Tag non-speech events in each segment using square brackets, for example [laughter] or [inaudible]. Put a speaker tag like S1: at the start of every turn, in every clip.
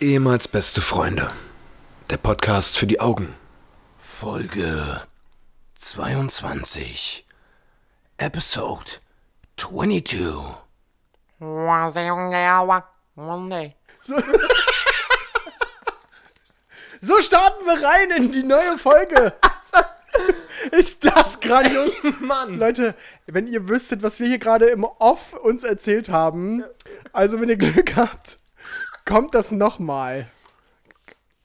S1: Ehemals beste Freunde. Der Podcast für die Augen.
S2: Folge 22. Episode 22.
S3: So starten wir rein in die neue Folge. Ist das grandios?
S1: Mann!
S3: Leute, wenn ihr wüsstet, was wir hier gerade im Off uns erzählt haben, also wenn ihr Glück habt, kommt das nochmal.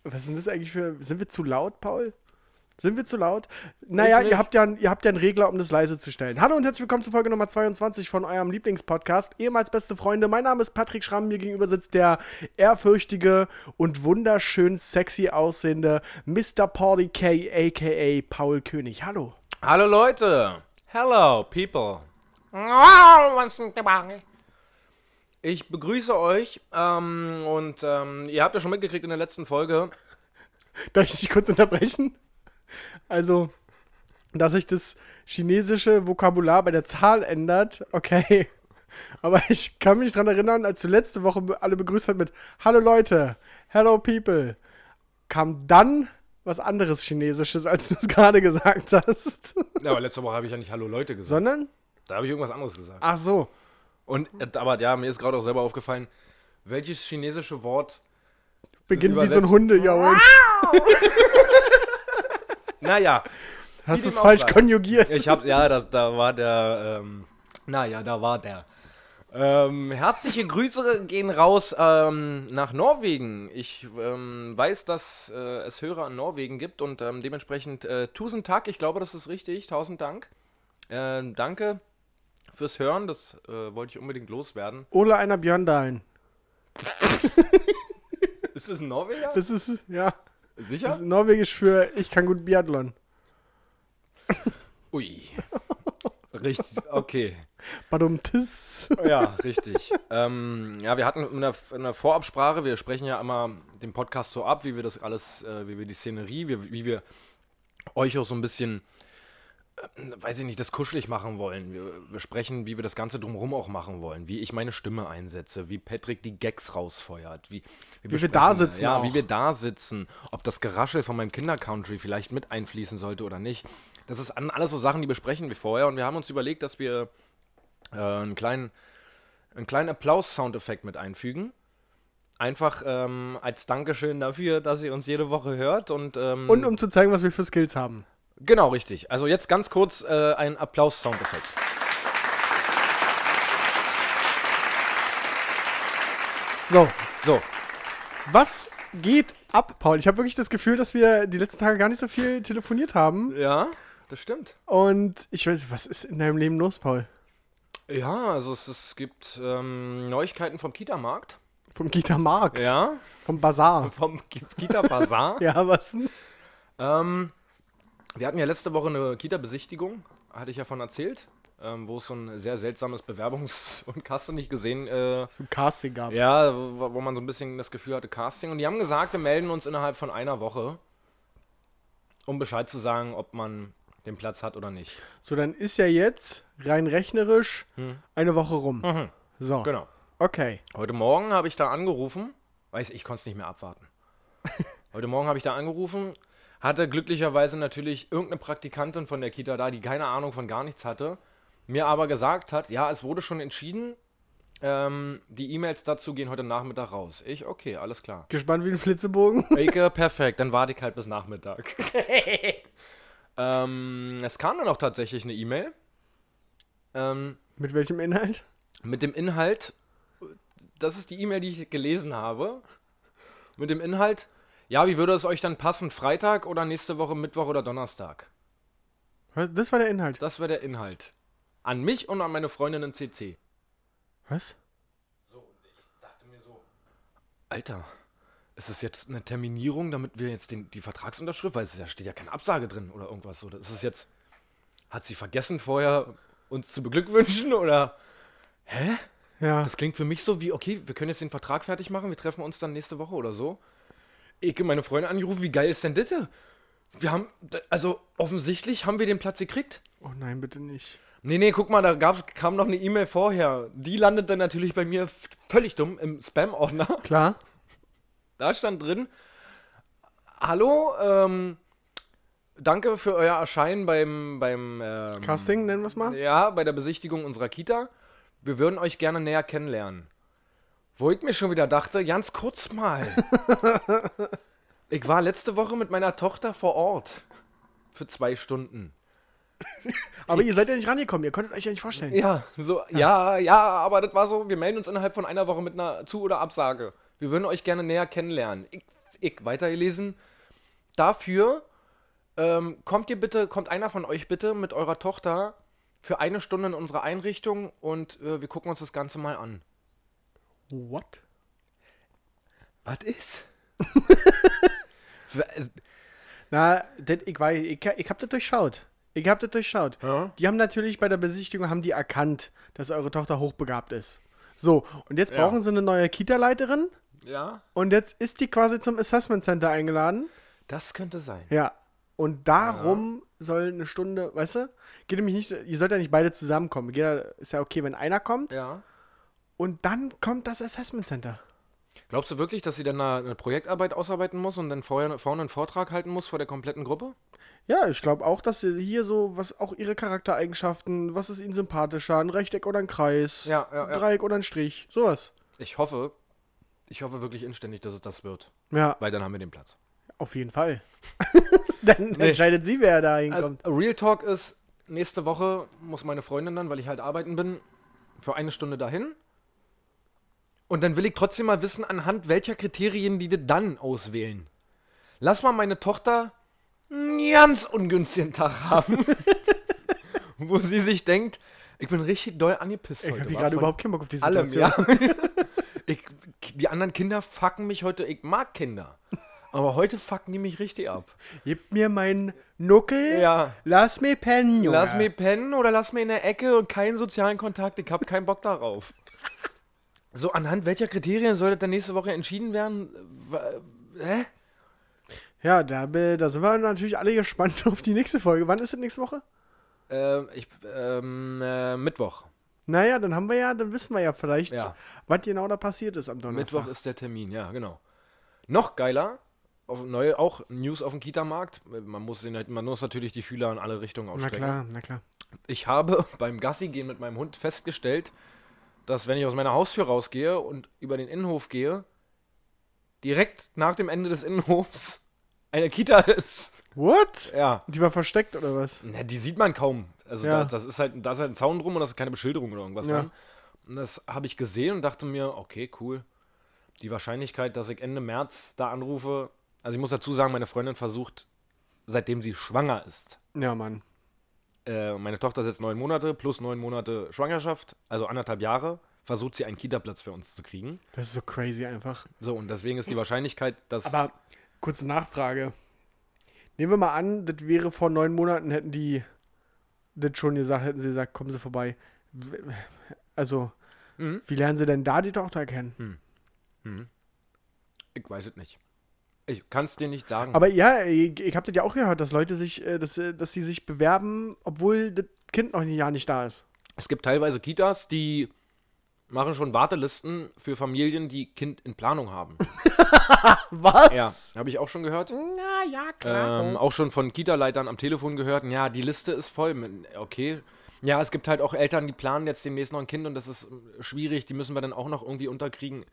S3: Was sind das eigentlich für. Sind wir zu laut, Paul? Sind wir zu laut? Naja,
S2: Ich nicht.
S3: ihr habt, ja, einen- ihr habt ja einen Regler, um das leise zu stellen. Hallo und herzlich willkommen zu Folge Nummer 22 von eurem Lieblingspodcast, ehemals beste Freunde. Mein Name ist Patrick Schramm, mir gegenüber sitzt der ehrfürchtige und wunderschön sexy aussehende Mr. Pauli K, a.k.a. Paul König. Hallo.
S2: Hallo Leute. Hello people. Ich begrüße euch ähm, und ähm, ihr habt ja schon mitgekriegt in der letzten Folge.
S3: Darf ich dich kurz unterbrechen? Also, dass sich das chinesische Vokabular bei der Zahl ändert, okay. Aber ich kann mich dran erinnern, als du letzte Woche be- alle begrüßt hast mit Hallo Leute, Hello People, kam dann was anderes Chinesisches, als du es gerade gesagt hast.
S2: Ja, aber letzte Woche habe ich ja nicht Hallo Leute gesagt.
S3: Sondern?
S2: Da habe ich irgendwas anderes gesagt.
S3: Ach so.
S2: Und äh, aber ja, mir ist gerade auch selber aufgefallen, welches chinesische Wort
S3: Beginnt wie
S2: Übersetzt.
S3: so ein Hunde, ja.
S2: Naja,
S3: Hast du es
S2: dem auch
S3: falsch
S2: sei.
S3: konjugiert?
S2: ich hab's, ja, das, da war der, ähm, naja, da war der. Ähm, herzliche Grüße gehen raus ähm, nach Norwegen. Ich ähm, weiß, dass äh, es Hörer in Norwegen gibt und ähm, dementsprechend äh, tausend Tag, ich glaube, das ist richtig, tausend Dank. Ähm, danke fürs Hören, das äh, wollte ich unbedingt loswerden.
S3: Ole einer Björndalen.
S2: Ist das ein Norweger?
S3: Das ist, ja, das
S2: Sicher?
S3: ist norwegisch für Ich kann gut Biathlon.
S2: Ui. Richtig, okay.
S3: Badum tiss.
S2: Ja, richtig. ähm, ja, wir hatten in der, in der Vorabsprache, wir sprechen ja immer den Podcast so ab, wie wir das alles, äh, wie wir die Szenerie, wie, wie wir euch auch so ein bisschen, äh, weiß ich nicht, das kuschelig machen wollen. Wir, wir sprechen, wie wir das Ganze drumherum auch machen wollen, wie ich meine Stimme einsetze, wie Patrick die Gags rausfeuert, wie,
S3: wir
S2: sprechen-
S3: da sitzen
S2: Ja, wie
S3: auch.
S2: wir da sitzen, ob das Geraschel von meinem Kindercountry vielleicht mit einfließen sollte oder nicht. Das ist an, alles so Sachen, die besprechen wir vorher und wir haben uns überlegt, dass wir äh, einen kleinen, einen kleinen Applaus-Soundeffekt mit einfügen. Einfach ähm, als Dankeschön dafür, dass ihr uns jede Woche hört und, ähm,
S3: Und um zu zeigen, was wir für Skills haben.
S2: genau richtig. Also jetzt ganz kurz äh, ein Applaus-Soundeffekt.
S3: So,
S2: So,
S3: was geht ab, Paul? Ich habe wirklich das Gefühl, dass wir die letzten Tage gar nicht so viel telefoniert haben.
S2: ja, das stimmt.
S3: Und ich weiß, nicht, was ist in deinem Leben los, Paul?
S2: Ja, also es, es gibt ähm, Neuigkeiten vom Kita-Markt.
S3: Vom Kita-Markt,
S2: Ja,
S3: vom Bazar. [laughs]
S2: vom Ki- Kita-Bazar.
S3: Ja, was denn?
S2: Ähm, wir hatten ja letzte Woche eine Kita-Besichtigung, hatte ich ja von erzählt, ähm, wo es so ein sehr seltsames Bewerbungs- [laughs] und Kasse nicht gesehen. Äh,
S3: Zum Casting gab.
S2: ja, wo, wo man so ein bisschen das Gefühl hatte, Casting. Und die haben gesagt, wir melden uns innerhalb von einer Woche, um Bescheid zu sagen, ob man den Platz hat oder nicht.
S3: So, dann ist ja jetzt rein rechnerisch eine Woche rum. So,
S2: Genau.
S3: okay.
S2: Heute Morgen habe ich da angerufen. Weiß ich, konnte es nicht mehr abwarten. Heute Morgen habe ich da angerufen, hatte glücklicherweise natürlich irgendeine Praktikantin von der Kita da, die keine Ahnung von gar nichts hatte, mir aber gesagt hat, ja, es wurde schon entschieden, ähm, die E-Mails dazu gehen heute Nachmittag raus. Ich, okay, alles klar.
S3: Gespannt wie ein Flitzebogen. [laughs]
S2: Ecke, perfekt, dann warte ich halt bis Nachmittag. ähm, es kam dann auch tatsächlich eine E-Mail. Ähm,
S3: Mit welchem Inhalt?
S2: mit dem Inhalt, das ist die E-Mail, die ich gelesen habe. Mit dem Inhalt, ja, wie würde es euch dann passen? Freitag oder nächste Woche Mittwoch oder Donnerstag?
S3: Das war der Inhalt.
S2: Das wäre der Inhalt. An mich und an meine Freundin im CC.
S3: Was?
S2: Alter, ist das jetzt eine Terminierung, damit wir jetzt den, die Vertragsunterschrift, weil es ist ja, steht ja keine Absage drin oder irgendwas. Oder ist es jetzt, hat sie vergessen vorher uns zu beglückwünschen oder?
S3: Ja.
S2: Das klingt für mich so wie, okay, wir können jetzt den Vertrag fertig machen, wir treffen uns dann nächste Woche oder so. Ich und meine Freunde angerufen, wie geil ist denn das? Wir haben, da- also offensichtlich haben wir den Platz gekriegt.
S3: Oh nein, bitte nicht.
S2: Nee, nee, guck mal, da gab's, kam noch eine E-Mail vorher. Die landet dann natürlich bei mir f- völlig dumm im Spam-Ordner.
S3: Klar.
S2: Da stand drin, hallo, ähm, danke für euer Erscheinen beim, beim ähm,
S3: Casting, nennen wir es mal.
S2: Ja, bei der Besichtigung unserer Kita. Wir würden euch gerne näher kennenlernen. Wo ich mir schon wieder dachte, ganz kurz mal. ich war letzte Woche mit meiner Tochter vor Ort. Für zwei Stunden.
S3: Aber ihr seid ja nicht rangekommen, ihr konntet euch ja nicht vorstellen.
S2: Ja, so, ja, ja, aber das war so, wir melden uns innerhalb von einer Woche mit einer Zu- oder Absage. Wir würden euch gerne näher kennenlernen. Ich, ich weitergelesen. Dafür ähm, kommt ihr bitte, kommt einer von euch bitte mit eurer Tochter für eine Stunde in unsere Einrichtung und äh, wir gucken uns das Ganze mal an.
S3: What?
S2: Was [laughs] ist? äh,
S3: Na, das, ich weiß, ich, ich hab das durchschaut. Ich hab das durchschaut.
S2: Ja.
S3: Die haben natürlich bei der Besichtigung haben die erkannt, dass eure Tochter hochbegabt ist. So, und jetzt
S2: Ja.
S3: brauchen sie eine neue Kita-Leiterin
S2: ja,
S3: und jetzt ist die quasi zum Assessment Center eingeladen.
S2: das könnte sein.
S3: Ja. Und darum soll eine Stunde, weißt du, geht nämlich nicht, ihr sollt ja nicht beide zusammenkommen. Geht ja, ist ja okay, wenn einer kommt.
S2: Ja.
S3: Und dann kommt das Assessment Center.
S2: Glaubst du wirklich, dass sie dann eine, eine Projektarbeit ausarbeiten muss und dann vorher, vorne einen Vortrag halten muss vor der kompletten Gruppe?
S3: Ja, ich glaube auch, dass sie hier so, was auch ihre Charaktereigenschaften, was ist ihnen sympathischer, ein Rechteck oder ein Kreis,
S2: Ja, ja,
S3: ein
S2: ja.
S3: Dreieck oder ein Strich, sowas.
S2: Ich hoffe, ich hoffe wirklich inständig, dass es das wird,
S3: Ja,
S2: weil dann haben wir den Platz.
S3: auf jeden Fall.
S2: [laughs]
S3: dann entscheidet sie, wer da
S2: Also,
S3: hinkommt.
S2: Real Talk ist, nächste Woche muss meine Freundin dann, weil ich halt arbeiten bin, für eine Stunde dahin. Und dann will ich trotzdem mal wissen, anhand welcher Kriterien die das dann auswählen. Lass mal meine Tochter einen ganz ungünstigen Tag haben, [laughs] wo sie sich denkt, ich bin richtig doll angepisst
S3: ich
S2: heute.
S3: habe hier
S2: wa?
S3: gerade
S2: Von-
S3: überhaupt keinen Bock auf die
S2: allem,
S3: Situation.
S2: ja. [laughs] ich, die anderen Kinder fucken mich heute. Ich mag Kinder. Aber heute fucken die mich richtig ab.
S3: Gib mir meinen Nuckel,
S2: Ja.
S3: lass mir pennen, Junge.
S2: Lass mir pennen oder lass mir in der Ecke und keinen sozialen Kontakt. Ich hab keinen Bock darauf. So, anhand welcher Kriterien sollte dann nächste Woche entschieden werden? W- Hä?
S3: Ja, da, be- da sind wir natürlich alle gespannt [laughs] auf die nächste Folge. Wann ist das nächste Woche?
S2: Ähm, ich, ähm, äh, Mittwoch.
S3: Naja, dann haben wir ja, dann wissen wir ja vielleicht,
S2: Ja.
S3: was genau da passiert ist am Donnerstag.
S2: Mittwoch ist der Termin, ja, genau. Noch geiler, auf neue, auch News auf dem Kita-Markt. Man muss, den, halt- man muss natürlich die Fühler in alle Richtungen
S3: na
S2: ausstrecken.
S3: klar, na klar.
S2: Ich habe [laughs] beim Gassi gehen mit meinem Hund festgestellt, dass wenn ich aus meiner Haustür rausgehe und über den Innenhof gehe, direkt nach dem Ende des Innenhofs [laughs] eine Kita ist.
S3: What?
S2: Ja.
S3: Die war versteckt oder was?
S2: Na, die sieht man kaum. Also
S3: Ja.
S2: da, das ist halt, da ist halt ein Zaun drum und da ist keine Beschilderung oder irgendwas
S3: Ja.
S2: dran. Und das habe ich gesehen und dachte mir, okay, cool. Die Wahrscheinlichkeit, dass ich Ende März da anrufe, also ich muss dazu sagen, meine Freundin versucht, seitdem sie schwanger ist,
S3: Ja, Mann.
S2: äh, meine Tochter ist jetzt neun Monate plus neun Monate Schwangerschaft, also anderthalb Jahre, versucht sie einen Kita-Platz für uns zu kriegen.
S3: Das ist so crazy einfach.
S2: So, und deswegen ist die Wahrscheinlichkeit, dass.
S3: Aber kurze Nachfrage. Nehmen wir mal an, das wäre vor neun Monaten, hätten die das schon gesagt, hätten sie gesagt, kommen sie vorbei. W- Also,
S2: Mhm.
S3: wie lernen sie denn da die Tochter kennen?
S2: ich weiß es nicht. Ich kann es dir nicht sagen.
S3: Aber ja, ich, ich habe das ja auch gehört, dass Leute sich, äh, dass, äh, dass sie sich bewerben, obwohl das Kind noch ein Jahr nicht da ist.
S2: es gibt teilweise Kitas, die machen schon Wartelisten für Familien, die Kind in Planung haben.
S3: [laughs] Was?
S2: ja, habe ich auch schon gehört.
S3: Na ja,
S2: Ähm, auch schon von Kita-Leitern am Telefon gehört, ja, die Liste ist voll. mit- Okay. Ja, es gibt halt auch Eltern, die planen jetzt demnächst noch ein Kind und das ist äh, schwierig, die müssen wir dann auch noch irgendwie unterkriegen.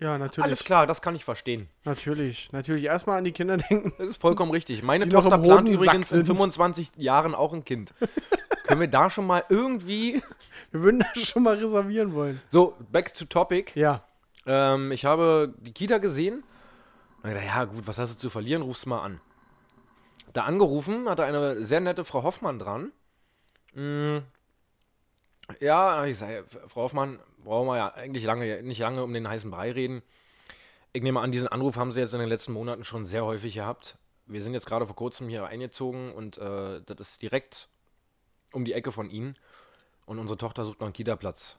S3: ja, natürlich.
S2: Alles klar, das kann ich verstehen.
S3: Natürlich. Natürlich. Erstmal an die Kinder [laughs] denken.
S2: Das ist vollkommen richtig. Meine
S3: Die noch
S2: Tochter
S3: im
S2: plant
S3: hohen Sack
S2: übrigens in
S3: sind.
S2: 25 Jahren auch ein Kind. Können wir da schon mal irgendwie.
S3: Wir würden das schon mal reservieren wollen.
S2: So, back to topic.
S3: Ja.
S2: Ähm, ich habe die Kita gesehen. Und gedacht, ja, gut, was hast du zu verlieren? Ruf's mal an. Da angerufen, hatte eine sehr nette Frau Hoffmann dran. Mm. Ja, ich sage, Frau Hoffmann, brauchen wir ja eigentlich lange, nicht lange um den heißen Brei reden. Ich nehme an, diesen Anruf haben Sie jetzt in den letzten Monaten schon sehr häufig gehabt. Wir sind jetzt gerade vor kurzem hier eingezogen und äh, das ist direkt um die Ecke von Ihnen. Und unsere Tochter sucht noch einen Kita-Platz.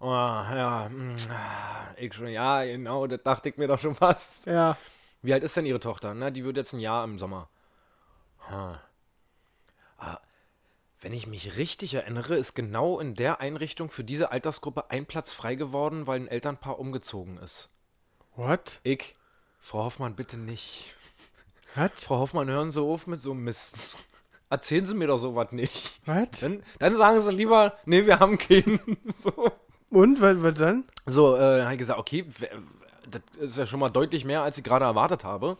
S2: Oh, ja, mm, ah, ich schon, ja, genau, das dachte ich mir doch schon fast.
S3: Ja.
S2: Wie alt ist denn Ihre Tochter? Na, die wird jetzt ein Jahr im Sommer. Hm. Ah, wenn ich mich richtig erinnere, ist genau in der Einrichtung für diese Altersgruppe ein Platz frei geworden, weil ein Elternpaar umgezogen ist.
S3: What?
S2: Ich Frau Hoffmann, bitte nicht.
S3: Was?
S2: Frau Hoffmann, hören Sie auf mit so einem Mist. Erzählen Sie mir doch sowas nicht.
S3: Was?
S2: Dann, dann sagen Sie lieber, nee, wir haben keinen. [laughs] So,
S3: Und, was, was dann?
S2: so äh, dann habe ich gesagt, okay, w- w- das ist ja schon mal deutlich mehr, als ich gerade erwartet habe.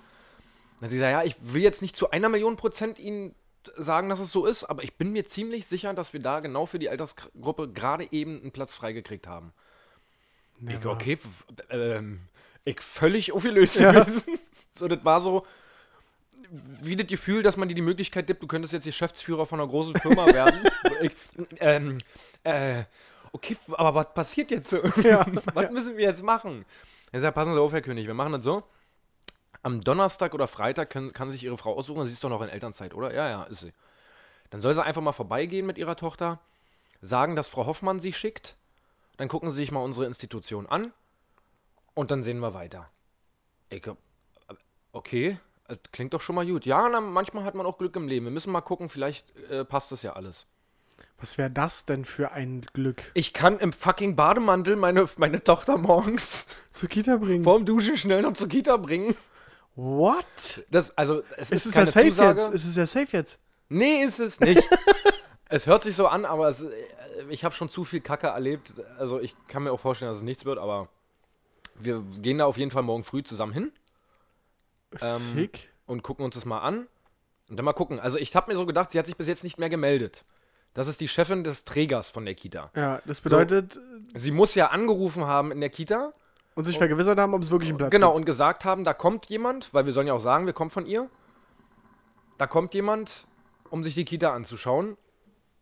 S2: Dann hat sie gesagt, ja, ich will jetzt nicht zu einer Million Prozent Ihnen sagen, dass es so ist, aber ich bin mir ziemlich sicher, dass wir da genau für die Altersgruppe gerade eben einen Platz freigekriegt haben. Ich, okay, w- ähm, ich völlig aufgelöst gewesen. [laughs] So, das war so wie das Gefühl, dass man dir die Möglichkeit gibt, du könntest jetzt Geschäftsführer von einer großen Firma werden. So, ich, ähm, äh, okay, f- aber was passiert jetzt? so? [laughs] was müssen wir jetzt machen? Er sagt, passen Sie auf, Herr König, wir machen das so. Am Donnerstag oder Freitag können, kann sich Ihre Frau aussuchen, sie ist doch noch in Elternzeit, oder? Ja, ja, ist sie. Dann soll sie einfach mal vorbeigehen mit ihrer Tochter, sagen, dass Frau Hoffmann sie schickt dann gucken Sie sich mal unsere Institution an und dann sehen wir weiter. Ich, hab- okay, das klingt doch schon mal gut. Ja, na, manchmal hat man auch Glück im Leben. Wir müssen mal gucken, vielleicht äh, passt das ja alles.
S3: Was wäre das denn für ein Glück?
S2: Ich kann im fucking Bademantel meine, meine Tochter morgens [laughs]
S3: Zur Kita bringen.
S2: vorm Duschen schnell noch zur Kita bringen.
S3: What?
S2: Das, also, es
S3: Es
S2: ist,
S3: ist ja
S2: keine
S3: safe
S2: Zusage.
S3: jetzt. Es ist ja safe jetzt.
S2: Nee, ist es
S3: [laughs]
S2: nicht. es hört sich so an, aber es, äh, ich habe schon zu viel Kacke erlebt. Also ich kann mir auch vorstellen, dass es nichts wird, aber wir gehen da auf jeden Fall morgen früh zusammen hin Ähm,
S3: Sick.
S2: und gucken uns das mal an. Und dann mal gucken. Also ich habe mir so gedacht, sie hat sich bis jetzt nicht mehr gemeldet. Das ist die Chefin des Trägers von der Kita.
S3: Ja, das bedeutet, äh,
S2: Sie muss ja angerufen haben in der Kita.
S3: und sich vergewissert haben, ob es wirklich einen Platz
S2: Genau,
S3: gibt.
S2: und gesagt haben, da kommt jemand, weil wir sollen ja auch sagen, wir kommen von ihr. Da kommt jemand, um sich die Kita anzuschauen.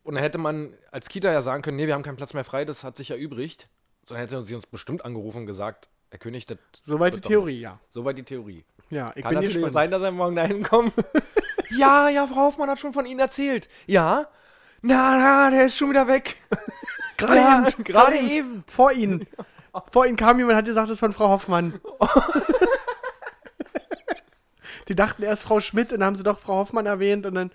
S2: Und dann hätte man als Kita ja sagen können, nee, wir haben keinen Platz mehr frei, das hat sich ja übrigt. Sondern hätte sie uns bestimmt angerufen und gesagt, Herr König, das
S3: Soweit die Theorie, ja.
S2: soweit die Theorie.
S3: Ja, ich
S2: Kann
S3: bin
S2: natürlich
S3: gespannt.
S2: sein, dass wir morgen dahin kommen. [laughs] ja, ja, Frau Hoffmann hat schon von Ihnen erzählt. Ja? Na, na, der ist schon wieder weg.
S3: Gerade
S2: Ja, [laughs] gerade
S3: eben, gerade eben.
S2: eben.
S3: Vor Ihnen. Vor Ihnen kam jemand und hat gesagt, das ist von Frau Hoffmann.
S2: [laughs]
S3: Die dachten erst Frau Schmidt und haben sie doch Frau Hoffmann erwähnt und dann.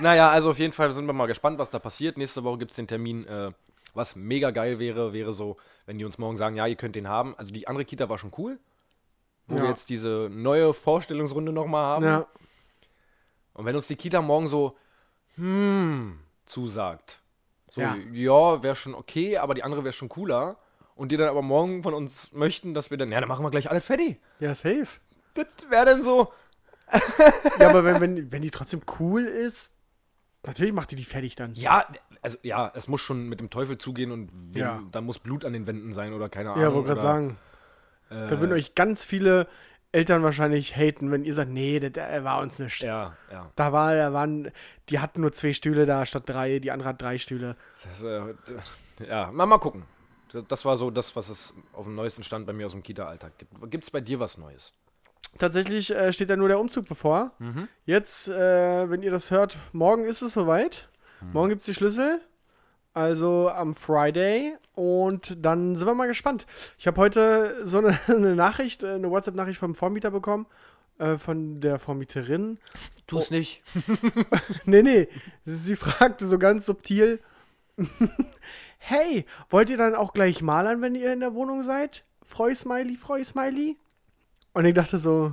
S2: Naja, also auf jeden Fall sind wir mal gespannt, was da passiert. Nächste Woche gibt es den Termin. Äh, was mega geil wäre, wäre so, wenn die uns morgen sagen, ja, ihr könnt den haben. Also die andere Kita war schon cool. Wo
S3: Ja.
S2: wir jetzt diese neue Vorstellungsrunde nochmal haben.
S3: Ja,
S2: Und wenn uns die Kita morgen so, hm, zusagt. So,
S3: Ja.
S2: ja, wäre schon okay, aber die andere wäre schon cooler. Und die dann aber morgen von uns möchten, dass wir dann, ja, dann machen wir gleich alles fertig.
S3: ja safe.
S2: Das wäre dann so.
S3: Ja, aber wenn, wenn, wenn die trotzdem cool ist, natürlich macht die die fertig dann.
S2: Ja, also ja, es muss schon mit dem Teufel zugehen und wir,
S3: Ja.
S2: da muss Blut an den Wänden sein oder keine Ahnung.
S3: Ja, wollte gerade
S2: oder- äh,
S3: sagen. da würden euch ganz viele Eltern wahrscheinlich haten, wenn ihr sagt, nee, das äh, war uns nicht.
S2: Ja, ja.
S3: Da war, da waren, die hatten nur zwei Stühle da statt drei, die andere hat drei Stühle.
S2: Das, äh, d- ja, mal, mal gucken. D- Das war so das, was es auf dem neuesten Stand bei mir aus dem Kita-Alltag gibt. Gibt es bei dir was Neues?
S3: Tatsächlich äh, steht ja nur der Umzug bevor.
S2: Mhm.
S3: Jetzt, äh, wenn ihr das hört, morgen ist es soweit.
S2: Mhm.
S3: Morgen gibt es die Schlüssel. Also am Friday. Und dann sind wir mal gespannt. Ich habe heute so eine, [laughs] eine Nachricht, äh, eine WhatsApp-Nachricht vom Vormieter bekommen. äh, Von der Vormieterin.
S2: Tu
S3: Oh.
S2: es nicht.
S3: Nee, nee. Sie, sie fragte so ganz subtil: [laughs] Hey, wollt ihr dann auch gleich malern, wenn ihr in der Wohnung seid? Freu Smiley, Freu Smiley. Und ich dachte so: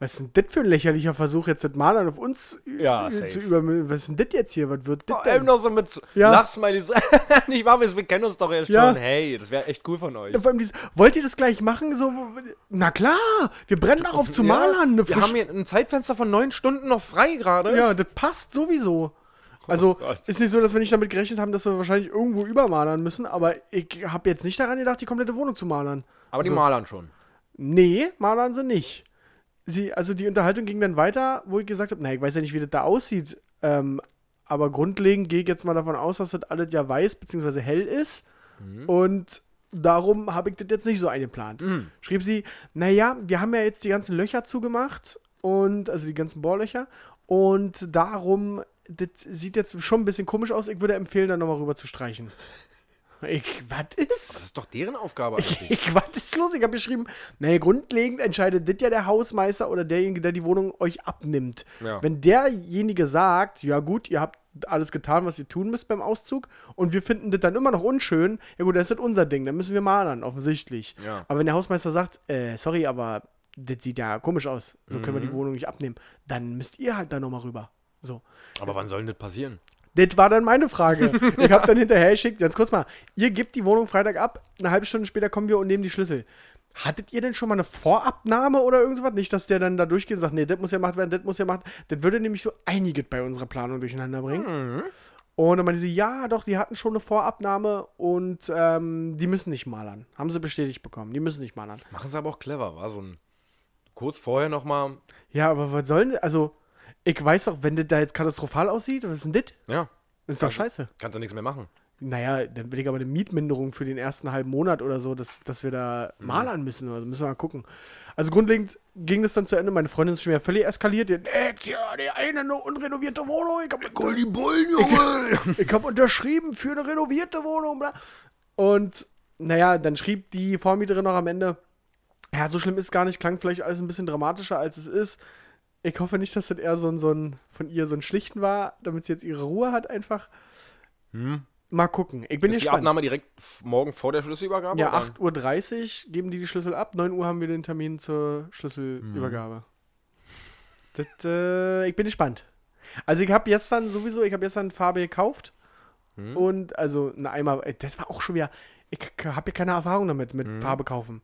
S3: Was ist denn das für ein lächerlicher Versuch, jetzt das Malern auf uns ü-
S2: Ja,
S3: ü-
S2: safe.
S3: zu übermitteln? Was ist denn das jetzt hier? Was wird das
S2: Vor allem noch so mit so-
S3: Ja.
S2: Lachsmiley. [laughs] so, nicht wahr, wir wir kennen uns doch jetzt
S3: Ja.
S2: schon. Hey, das wäre echt cool von euch.
S3: Vor allem dieses, wollt ihr das gleich machen? So, na klar, wir brennen darauf zu malern.
S2: Ja,
S3: Eine
S2: wir
S3: frisch-
S2: haben hier ein Zeitfenster von neun Stunden noch frei gerade. Oh
S3: ja, das passt sowieso. Also
S2: Gott.
S3: ist nicht so, dass wir nicht damit gerechnet haben, dass wir wahrscheinlich irgendwo übermalern müssen, aber ich habe jetzt nicht daran gedacht, die komplette Wohnung zu malern.
S2: Aber die malern schon.
S3: Nee, malern sie nicht. Sie, also die Unterhaltung ging dann weiter, wo ich gesagt habe, na, ich weiß ja nicht, wie das da aussieht, ähm, aber grundlegend gehe ich jetzt mal davon aus, dass das alles ja weiß bzw. hell ist und darum habe ich das jetzt nicht so eingeplant. Schrieb sie, naja, wir haben ja jetzt die ganzen Löcher zugemacht und, also die ganzen Bohrlöcher und darum, das sieht jetzt schon ein bisschen komisch aus, ich würde empfehlen, da nochmal rüber zu streichen. Ich, was ist?
S2: Das ist doch deren Aufgabe eigentlich.
S3: [laughs] Ich, was ist los? Ich habe geschrieben, naja, grundlegend entscheidet das ja der Hausmeister oder derjenige, der die Wohnung euch abnimmt.
S2: Ja.
S3: Wenn derjenige sagt, ja gut, ihr habt alles getan, was ihr tun müsst beim Auszug und wir finden das dann immer noch unschön, ja gut, das ist das unser Ding, dann müssen wir malern, offensichtlich.
S2: Ja.
S3: Aber wenn der Hausmeister sagt, äh, sorry, aber das sieht ja komisch aus. So können wir die Wohnung nicht abnehmen. Dann müsst ihr halt da nochmal rüber. So.
S2: Aber wann soll denn das passieren?
S3: Das war dann meine Frage. Ich habe dann hinterher geschickt, ganz kurz mal, ihr gebt die Wohnung Freitag ab, eine halbe Stunde später kommen wir und nehmen die Schlüssel. Hattet ihr denn schon mal eine Vorabnahme oder irgendwas? Nicht, dass der dann da durchgeht und sagt, nee, das muss ja gemacht werden, das muss ja gemacht Das würde nämlich so einiges bei unserer Planung durcheinander bringen. Und dann meinte sie, ja, doch, sie hatten schon eine Vorabnahme und ähm, die müssen nicht malern. Haben sie bestätigt bekommen, die müssen nicht malern.
S2: Machen sie aber auch clever, war so ein. Kurz vorher nochmal.
S3: Ja, aber was sollen, also, ich weiß doch, wenn das da jetzt katastrophal aussieht, was ist denn das?
S2: Ja.
S3: Das ist doch scheiße.
S2: Kannst du nichts mehr machen.
S3: Naja, dann will ich aber eine Mietminderung für den ersten halben Monat oder so, dass, dass wir da malern müssen. Also müssen wir mal gucken. Also grundlegend ging das dann zu Ende. Meine Freundin ist schon wieder völlig eskaliert. Die, nee, tja, die eine nur unrenovierte Wohnung. Ich hab,
S1: Hol die Bullen,
S2: [laughs]
S1: Junge!
S3: ich hab [laughs] unterschrieben für eine renovierte Wohnung. Bla. Und naja, dann schrieb die Vormieterin noch am Ende, ja, so schlimm ist gar nicht, klang vielleicht alles ein bisschen dramatischer, als es ist. Ich hoffe nicht, dass das eher so ein, so ein von ihr so ein Schlichten war, damit sie jetzt ihre Ruhe hat einfach. Mal gucken. Ich bin
S2: Ist die
S3: gespannt.
S2: Abnahme direkt f- morgen vor der Schlüsselübergabe?
S3: Ja,
S2: oder?
S3: 8.30 Uhr geben die die Schlüssel ab. 9 Uhr haben wir den Termin zur Schlüsselübergabe.
S2: Hm.
S3: Das, äh, ich bin gespannt. Also ich habe gestern sowieso, ich habe gestern Farbe gekauft.
S2: Hm.
S3: Und also ein Eimer, äh, das war auch schon wieder, ich habe ja keine Erfahrung damit, mit
S2: Hm.
S3: Farbe kaufen.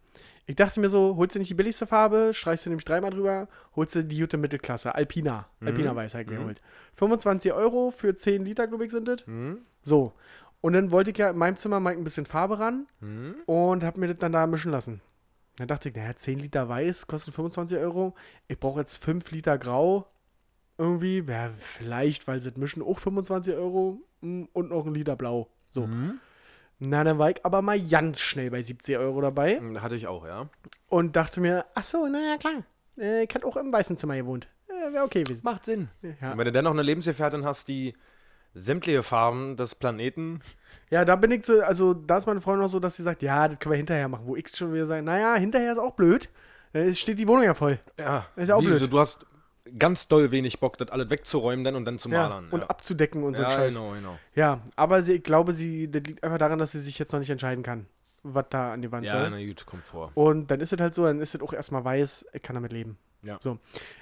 S3: Ich dachte mir so, holst du nicht die billigste Farbe, streichst du nämlich dreimal drüber, holst du die gute Mittelklasse, Alpina. Alpina
S2: Hm.
S3: Weiß halt geholt. 25 Euro für 10 Liter, glaube ich, sind
S2: Hm.
S3: das. So. Und dann wollte ich ja in meinem Zimmer mal ein bisschen Farbe ran und habe mir das dann da mischen lassen. Dann dachte ich, naja, 10 Liter Weiß kosten 25 Euro. Ich brauche jetzt 5 Liter Grau. Irgendwie, ja, vielleicht, weil sie das mischen, auch 25 Euro mm, und noch ein Liter Blau. So. Na, dann war ich aber mal ganz schnell bei 70 Euro dabei
S2: Hm, Hatte ich auch, ja.
S3: und dachte mir, ach so, naja, klar. Äh, Ich hat auch im weißen Zimmer gewohnt. Äh, Wäre okay gewesen.
S2: Macht Sinn.
S3: Ja.
S2: Und wenn du dann noch eine Lebensgefährtin hast, die sämtliche Farben des Planeten.
S3: Ja, da bin ich so, also da ist meine Freundin auch so, dass sie sagt, ja, das können wir hinterher machen. Wo ich schon wieder sage, naja, hinterher ist auch blöd. Dann ist- steht die Wohnung ja voll.
S2: Ja.
S3: Ist ja auch
S2: wie,
S3: blöd.
S2: so, Du hast ganz doll wenig Bock, das alles wegzuräumen dann und dann zu
S3: Ja,
S2: malern.
S3: und
S2: ja.
S3: abzudecken und so ein
S2: ja,
S3: Scheiß.
S2: genau, genau.
S3: Ja, aber sie, ich glaube, sie, das liegt einfach daran, dass sie sich jetzt noch nicht entscheiden kann, was da an die Wand
S2: Ja, ne.
S3: soll.
S2: na gut, kommt vor.
S3: Und dann ist es halt so, dann ist es auch erstmal weiß, ich kann damit leben.
S2: Ja.
S3: So.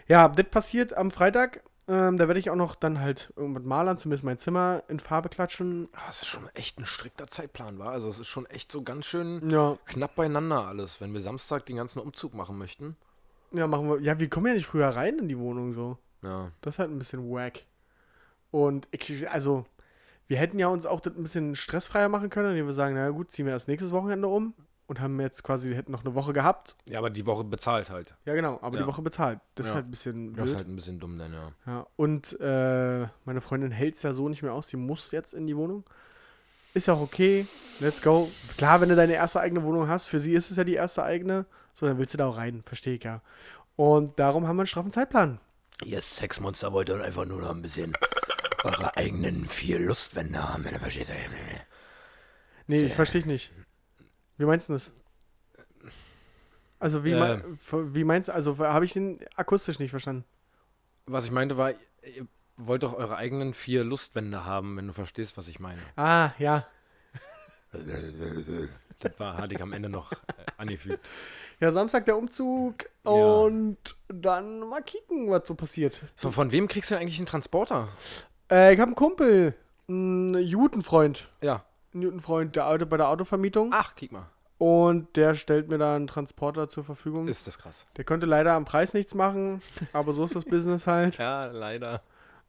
S3: Ja, das passiert am Freitag. Ähm, da werde ich auch noch dann halt irgendwas malern, zumindest mein Zimmer in Farbe klatschen.
S2: Ah, Es ist schon echt ein strikter Zeitplan, war. Also es ist schon echt so ganz schön
S3: Ja,
S2: knapp beieinander alles, wenn wir Samstag den ganzen Umzug machen möchten.
S3: ja, machen wir. Ja, wir kommen ja nicht früher rein in die Wohnung so.
S2: Ja.
S3: Das ist halt ein bisschen wack. Und ich, also, wir hätten ja uns auch das ein bisschen stressfreier machen können, indem wir sagen, na gut, ziehen wir erst nächstes Wochenende um und haben jetzt quasi, hätten noch eine Woche gehabt.
S2: ja, aber die Woche bezahlt halt.
S3: Ja, genau, aber
S2: Ja.
S3: die Woche bezahlt. Das ist
S2: Ja.
S3: halt ein bisschen
S2: Das ist
S3: blöd.
S2: halt ein bisschen dumm dann, ja.
S3: Ja. Und äh, meine Freundin hält es ja so nicht mehr aus, sie muss jetzt in die Wohnung. Ist ja auch okay, let's go. Klar, wenn du deine erste eigene Wohnung hast, für sie ist es ja die erste eigene, so, dann willst du da auch rein, verstehe ich ja. Und darum haben wir einen straffen Zeitplan.
S1: Ihr Sexmonster wollt doch einfach nur noch ein bisschen eure eigenen vier Lustwände haben, wenn ihr versteht.
S3: Nee, ich verstehe ich nicht. Wie meinst du das? Also wie,
S2: Äh.
S3: mei- wie meinst du, also habe ich den akustisch nicht verstanden.
S2: Was ich meinte war, ihr wollt doch eure eigenen vier Lustwände haben, wenn du verstehst, was ich meine.
S3: Ah, ja.
S2: Das war, hatte ich am Ende noch äh, angefügt.
S3: Ja, Samstag der Umzug
S2: Ja.
S3: und dann mal kicken, was so passiert.
S2: So, von wem kriegst du denn eigentlich einen Transporter?
S3: Äh, ich habe einen Kumpel, einen Jutenfreund.
S2: Ja.
S3: Einen Jutenfreund, der arbeitet bei der Autovermietung
S2: Ach, kick mal.
S3: und der stellt mir da einen Transporter zur Verfügung.
S2: Ist das krass.
S3: Der konnte leider am Preis nichts machen, aber so ist das Business halt.
S2: Ja, leider.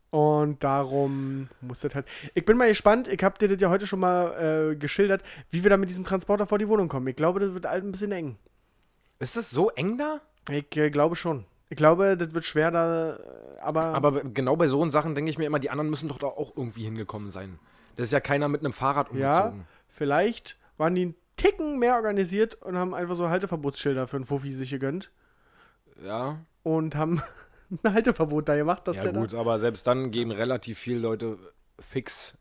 S3: Und darum muss das halt. Ich bin mal gespannt, ich habe dir das ja heute schon mal äh, geschildert, wie wir da mit diesem Transporter vor die Wohnung kommen. Ich glaube, das wird halt ein bisschen eng.
S2: Ist das so eng da?
S3: Ich äh, glaube schon. Ich glaube, das wird schwer da, äh, aber,
S2: Aber genau bei so Sachen denke ich mir immer, die anderen müssen doch da auch irgendwie hingekommen sein. Das ist ja keiner mit einem Fahrrad
S3: ja,
S2: umgezogen.
S3: vielleicht waren die einen Ticken mehr organisiert und haben einfach so Halteverbotsschilder für einen Fuffi sich gegönnt
S2: Ja.
S3: und haben [laughs] ein Halteverbot da gemacht, dass
S2: Ja,
S3: der
S2: gut, aber selbst dann gehen relativ viele Leute fix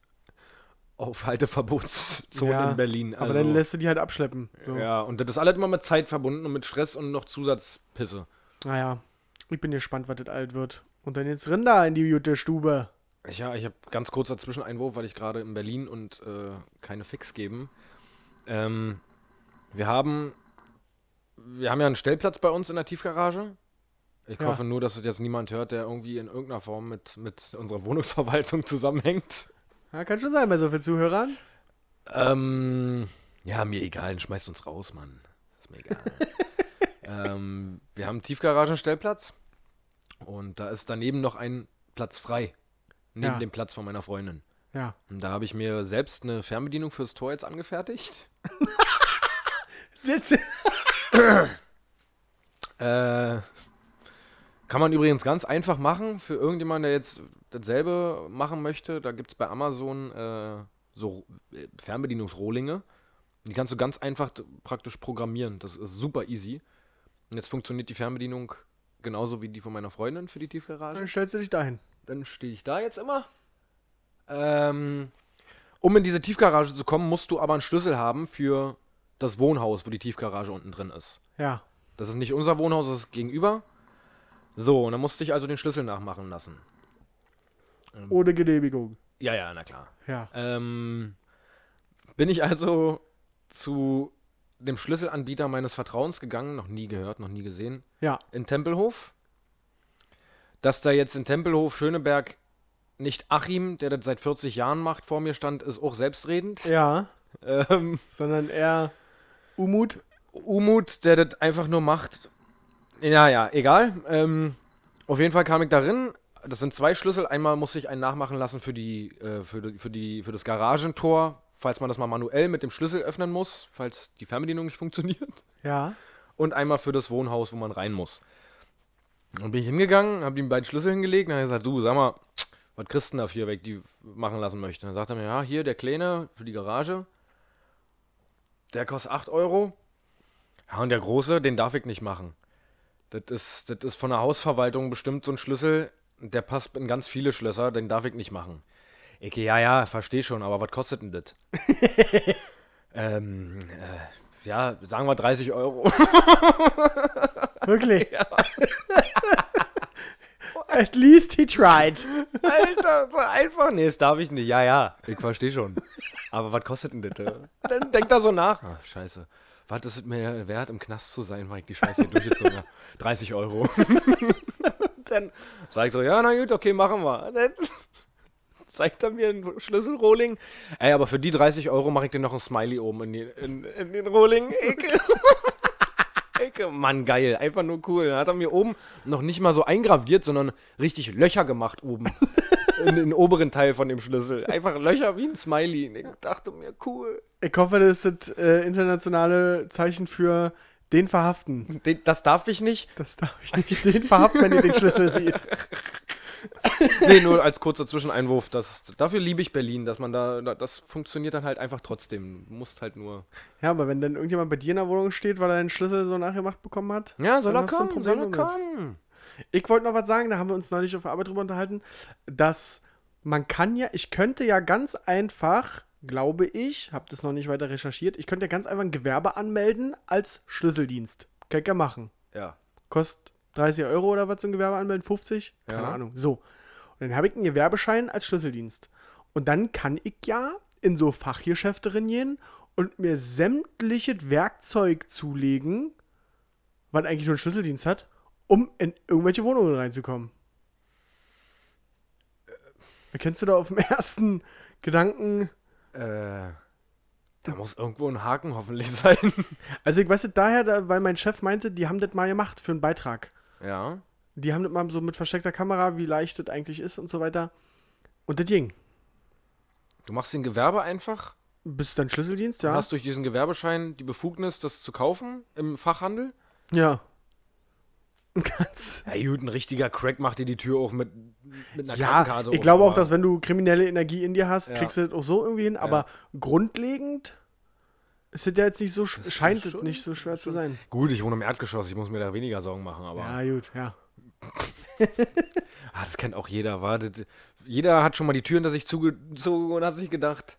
S2: auf
S3: da.
S2: Halteverbotszonen in Berlin. also
S3: Aber dann lässt du die halt abschleppen. So.
S2: Ja, und das ist alles immer mit Zeit verbunden und mit Stress und noch Zusatzpisse.
S3: Naja, ich bin gespannt, was das alt wird. Und dann jetzt Rinder in die gute Stube.
S2: Ich, ja, ich habe ganz kurzer Zwischeneinwurf, weil ich gerade in Berlin und äh, keine Fix geben. Ähm, wir haben wir haben ja einen Stellplatz bei uns in der Tiefgarage. Ich
S3: Ja.
S2: hoffe nur, dass es jetzt niemand hört, der irgendwie in irgendeiner Form mit, mit unserer Wohnungsverwaltung [laughs] zusammenhängt.
S3: Ja, kann schon sein bei so vielen Zuhörern.
S2: Ähm, ja, mir egal, dann schmeißt uns raus, Mann. Ist mir
S3: [laughs]
S2: egal. ähm, wir haben einen Tiefgaragenstellplatz und da ist daneben noch ein Platz frei. Neben
S3: Ja.
S2: dem Platz von meiner Freundin.
S3: Ja.
S2: Und da habe ich mir selbst eine Fernbedienung fürs Tor jetzt angefertigt.
S3: Sitze.
S2: Äh, kann man übrigens ganz einfach machen für irgendjemanden, der jetzt dasselbe machen möchte. Da gibt es bei Amazon äh, so äh, Fernbedienungsrohlinge. Die kannst du ganz einfach t- praktisch programmieren. Das ist super easy. Und jetzt funktioniert die Fernbedienung genauso wie die von meiner Freundin für die Tiefgarage.
S3: Dann stellst du dich dahin.
S2: Dann stehe ich da jetzt immer. Ähm, um in diese Tiefgarage zu kommen, musst du aber einen Schlüssel haben für das Wohnhaus, wo die Tiefgarage unten drin ist.
S3: Ja.
S2: Das ist nicht unser Wohnhaus, das ist gegenüber. So, und dann musste ich also den Schlüssel nachmachen lassen.
S3: Ohne Genehmigung.
S2: Ja, ja, na klar.
S3: Ja.
S2: Ähm, bin ich also zu dem Schlüsselanbieter meines Vertrauens gegangen, noch nie gehört, noch nie gesehen,
S3: Ja.
S2: in Tempelhof. Dass da jetzt in Tempelhof Schöneberg nicht Achim, der das seit 40 Jahren macht, vor mir stand, ist auch selbstredend.
S3: Ja.
S2: Ähm,
S3: Sondern eher Umut.
S2: Umut, der das einfach nur macht. Naja, egal. Ähm, auf jeden Fall kam ich darin. Das sind zwei Schlüssel. Einmal musste ich einen nachmachen lassen für, die, äh, für, die- für, die, für das Garagentor, falls man das mal manuell mit dem Schlüssel öffnen muss, falls die Fernbedienung nicht funktioniert.
S3: Ja.
S2: Und einmal für das Wohnhaus, wo man rein muss. Dann bin ich hingegangen, habe ihm beiden Schlüssel hingelegt und habe gesagt, du, sag mal, was kriegst du denn dafür, wenn ich die machen lassen möchte? Dann sagt er mir, ja, hier, der Kleine für die Garage, der kostet 8 Euro. Ja, und der Große, den darf ich nicht machen. Das ist, das ist von der Hausverwaltung bestimmt so ein Schlüssel, der passt in ganz viele Schlösser, den darf ich nicht machen. Ich, ja, ja, verstehe schon, aber was kostet denn das? ähm, äh, ja, sagen wir 30 Euro.
S3: Wirklich. [laughs] At least he tried.
S2: Alter, so einfach. Nee, das darf ich nicht. Ja, ja, ich verstehe schon. Aber was kostet denn das? äh? Dann denkt er so nach. Ach, scheiße. Was ist es mir wert, im Knast zu sein, weil ich die Scheiße hier durchgezogen habe? 30 Euro. Dann sag ich so, ja, na gut, okay, machen wir. Dann zeigt er mir einen Schlüsselrohling. Ey, aber für die 30 Euro mache ich dir noch ein Smiley oben in, die, in, in den Rohling. Ich, [laughs] Ecke. Mann, geil. Einfach nur cool. Dann hat er mir oben noch nicht mal so eingraviert, sondern richtig Löcher gemacht oben. in den oberen Teil von dem Schlüssel. Einfach Löcher wie ein Smiley. Und Ich dachte mir, cool.
S3: Ich hoffe, das ist das äh, internationale Zeichen für den verhaften.
S2: Den- Das darf ich nicht.
S3: Das darf ich nicht. Den verhaften, wenn ihr den Schlüssel sieht.
S2: Nee, nur als kurzer Zwischeneinwurf. Das, dafür liebe ich Berlin, dass man da, da- das funktioniert dann halt einfach trotzdem. Du musst halt nur.
S3: Ja, aber wenn dann irgendjemand bei dir in der Wohnung steht, weil er den Schlüssel so nachgemacht bekommen hat.
S2: Ja, soll
S3: Dann
S2: er
S3: hast du ein
S2: kommen, soll er
S3: Problem damit.
S2: kommen.
S3: Ich wollte noch was sagen, da haben wir uns neulich auf der Arbeit drüber unterhalten, dass man kann ja, ich könnte ja ganz einfach, glaube ich, habe das noch nicht weiter recherchiert, ich könnte ja ganz einfach ein Gewerbe anmelden als Schlüsseldienst. Kann ich ja machen.
S2: Ja.
S3: Kostet 30 Euro oder was zum Gewerbe anmelden, 50? Keine
S2: Ja.
S3: Ahnung. So. Und dann habe ich einen Gewerbeschein als Schlüsseldienst. Und dann kann ich ja in so Fachgeschäfte reingehen und mir sämtliches Werkzeug zulegen, was eigentlich nur einen Schlüsseldienst hat, um in irgendwelche Wohnungen reinzukommen. Erkennst du da auf dem [laughs] ersten Gedanken?
S2: Äh, da muss irgendwo ein Haken hoffentlich [laughs] sein.
S3: Also ich weiß es daher, da, weil mein Chef meinte, die haben das mal gemacht für einen Beitrag.
S2: Ja.
S3: Die haben das mal so mit versteckter Kamera, wie leicht das eigentlich ist und so weiter. Und das ging.
S2: Du machst den Gewerbe einfach.
S3: Bist dann Schlüsseldienst, ja?
S2: hast durch diesen Gewerbeschein die Befugnis, das zu kaufen im Fachhandel.
S3: Ja. [laughs] Ganz.
S2: Ja, gut, ein richtiger Crack macht dir die Tür auch mit, mit einer
S3: Ja,
S2: Krankenkarte.
S3: ich
S2: auf,
S3: glaube auch,
S2: aber-
S3: dass wenn du kriminelle Energie in dir hast,
S2: Ja.
S3: kriegst du das auch so irgendwie hin. Aber grundlegend ist das ja jetzt nicht so, sch- scheint es
S2: schon-
S3: nicht so schwer zu sein.
S2: Gut, ich wohne im Erdgeschoss, ich muss mir da weniger Sorgen machen, aber.
S3: Ja, gut, ja.
S2: Ah, das kennt auch jeder, wartet. Jeder hat schon mal die Tür hinter sich zugezogen und hat sich gedacht,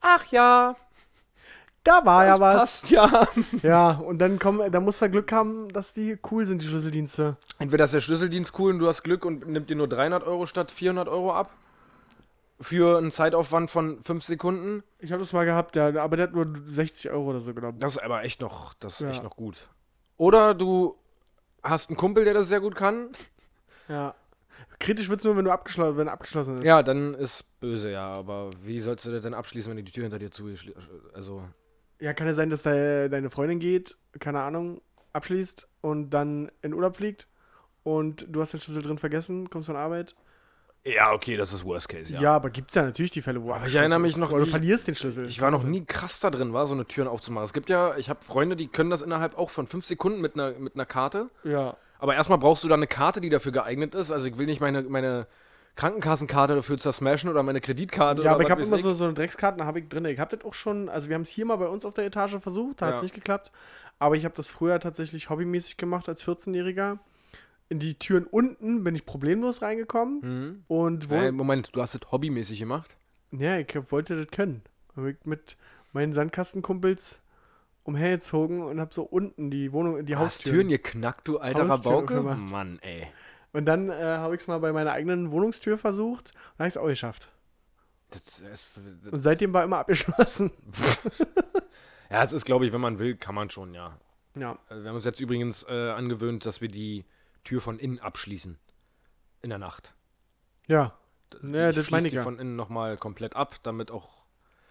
S2: ach ja,
S3: Da war ja was.
S2: passt ja.
S3: [laughs] Ja, und dann kommen, da musst du Glück haben, dass die cool sind, die Schlüsseldienste.
S2: Entweder ist der Schlüsseldienst cool und du hast Glück und nimmt dir nur 300 Euro statt 400 Euro ab. Für einen Zeitaufwand von 5 Sekunden.
S3: Ich habe das mal gehabt, ja, aber der hat nur 60 Euro oder so genommen.
S2: Das ist aber echt noch, das ist
S3: Ja.
S2: echt noch gut. Oder du hast einen Kumpel, der das sehr gut kann.
S3: Ja. Kritisch wird es nur, wenn du abgeschlossen, wenn abgeschlossen ist.
S2: Ja, dann ist böse, ja. Aber wie sollst du das denn abschließen, wenn du die Tür hinter dir zugeschlossen Also,
S3: Ja, kann ja sein, dass de deine Freundin geht, keine Ahnung, abschließt und dann in Urlaub fliegt und du hast den Schlüssel drin vergessen, kommst von Arbeit.
S2: ja, okay, das ist Worst Case,
S3: Ja, aber gibt's ja natürlich die Fälle, wo
S2: Aber ich erinnere mich
S3: abgeschlossen
S2: noch,
S3: wird. Oder
S2: wie
S3: du
S2: ich-
S3: verlierst den Schlüssel.
S2: Ich war noch nie krass da drin, war so eine Türen aufzumachen. Es gibt ja, ich habe Freunde, die können das innerhalb auch von fünf Sekunden mit einer, mit einer Karte.
S3: ja.
S2: Aber erstmal brauchst du da eine Karte, die dafür geeignet ist. Also ich will nicht meine, meine Krankenkassenkarte dafür zersmashen oder meine Kreditkarte.
S3: Ja,
S2: oder
S3: aber ich
S2: was
S3: habe
S2: weiß
S3: immer so, so eine Dreckskarte, da habe ich drin. Ich habe das auch schon, also wir haben es hier mal bei uns auf der Etage versucht, da hat's
S2: Ja.
S3: nicht geklappt. Aber ich habe das früher tatsächlich hobbymäßig gemacht als 14-Jähriger. In die Türen unten bin ich problemlos reingekommen
S2: Mhm.
S3: und wo,
S2: Äh, Moment, du hast das hobbymäßig gemacht?
S3: Ja, ich wollte das können. Hab ich mit meinen Sandkastenkumpels umhergezogen und hab so unten die Wohnung, die
S2: Hast
S3: Haustüren.
S2: Ah, Türen geknackt, du alter
S3: Haustüren
S2: Rabauke?
S3: aufgemacht.
S2: Mann, ey.
S3: Und dann äh, habe ich es mal bei meiner eigenen Wohnungstür versucht und habe ich es auch geschafft.
S2: Das ist,
S3: Und seitdem war immer
S2: [laughs]
S3: abgeschlossen.
S2: ja, es ist, glaube ich, wenn man will, kann man schon, ja.
S3: Ja.
S2: Also Wir haben uns jetzt übrigens äh, angewöhnt, dass wir die Tür von innen abschließen. In der Nacht.
S3: Ja. Ja, das
S2: schließ
S3: meine ich
S2: die
S3: ja.
S2: von innen nochmal komplett ab, damit auch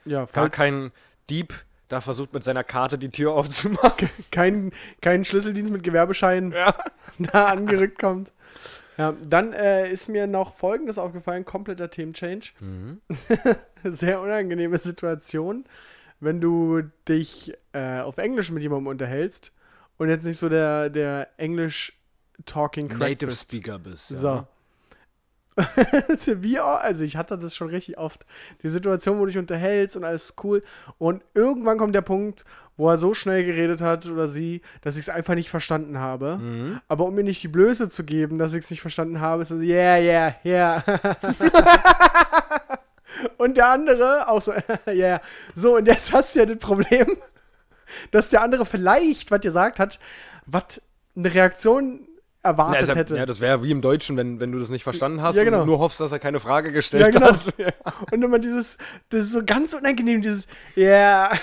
S3: Ja,
S2: gar
S3: falls
S2: kein Dieb da versucht, mit seiner Karte die Tür aufzumachen.
S3: kein, kein Schlüsseldienst mit Gewerbeschein
S2: Ja.
S3: [laughs] da angerückt kommt. Ja, dann äh, ist mir noch Folgendes aufgefallen, kompletter Themenchange. [laughs] Sehr unangenehme Situation, wenn du dich äh, auf Englisch mit jemandem unterhältst und jetzt nicht so der, der Englisch-Talking-Crack
S2: Native
S3: bist.
S2: Speaker bist. Ja.
S3: Genau. So. [laughs] Wie, au- also ich hatte das schon richtig oft. Die Situation, wo du dich unterhältst und alles ist cool. Und irgendwann kommt der Punkt, wo er so schnell geredet hat oder sie, dass ich es einfach nicht verstanden habe.
S2: Mhm.
S3: Aber um mir nicht die Blöße zu geben, dass ich es nicht verstanden habe, ist es so, yeah, yeah,
S2: [laughs]
S3: yeah. und der andere auch so, [laughs] yeah. So, und jetzt hast du ja das Problem, dass der andere vielleicht, was dir sagt hat, was eine Reaktion
S2: Na,
S3: erwartet
S2: ist ja,
S3: hätte.
S2: ja, das wäre wie im Deutschen, wenn, wenn du das nicht verstanden hast
S3: Ja,
S2: und
S3: genau.
S2: du nur hoffst, dass er keine Frage
S3: Ja,
S2: gestellt
S3: genau.
S2: hat.
S3: Und immer dieses, das ist so ganz unangenehm, dieses, ja. Yeah.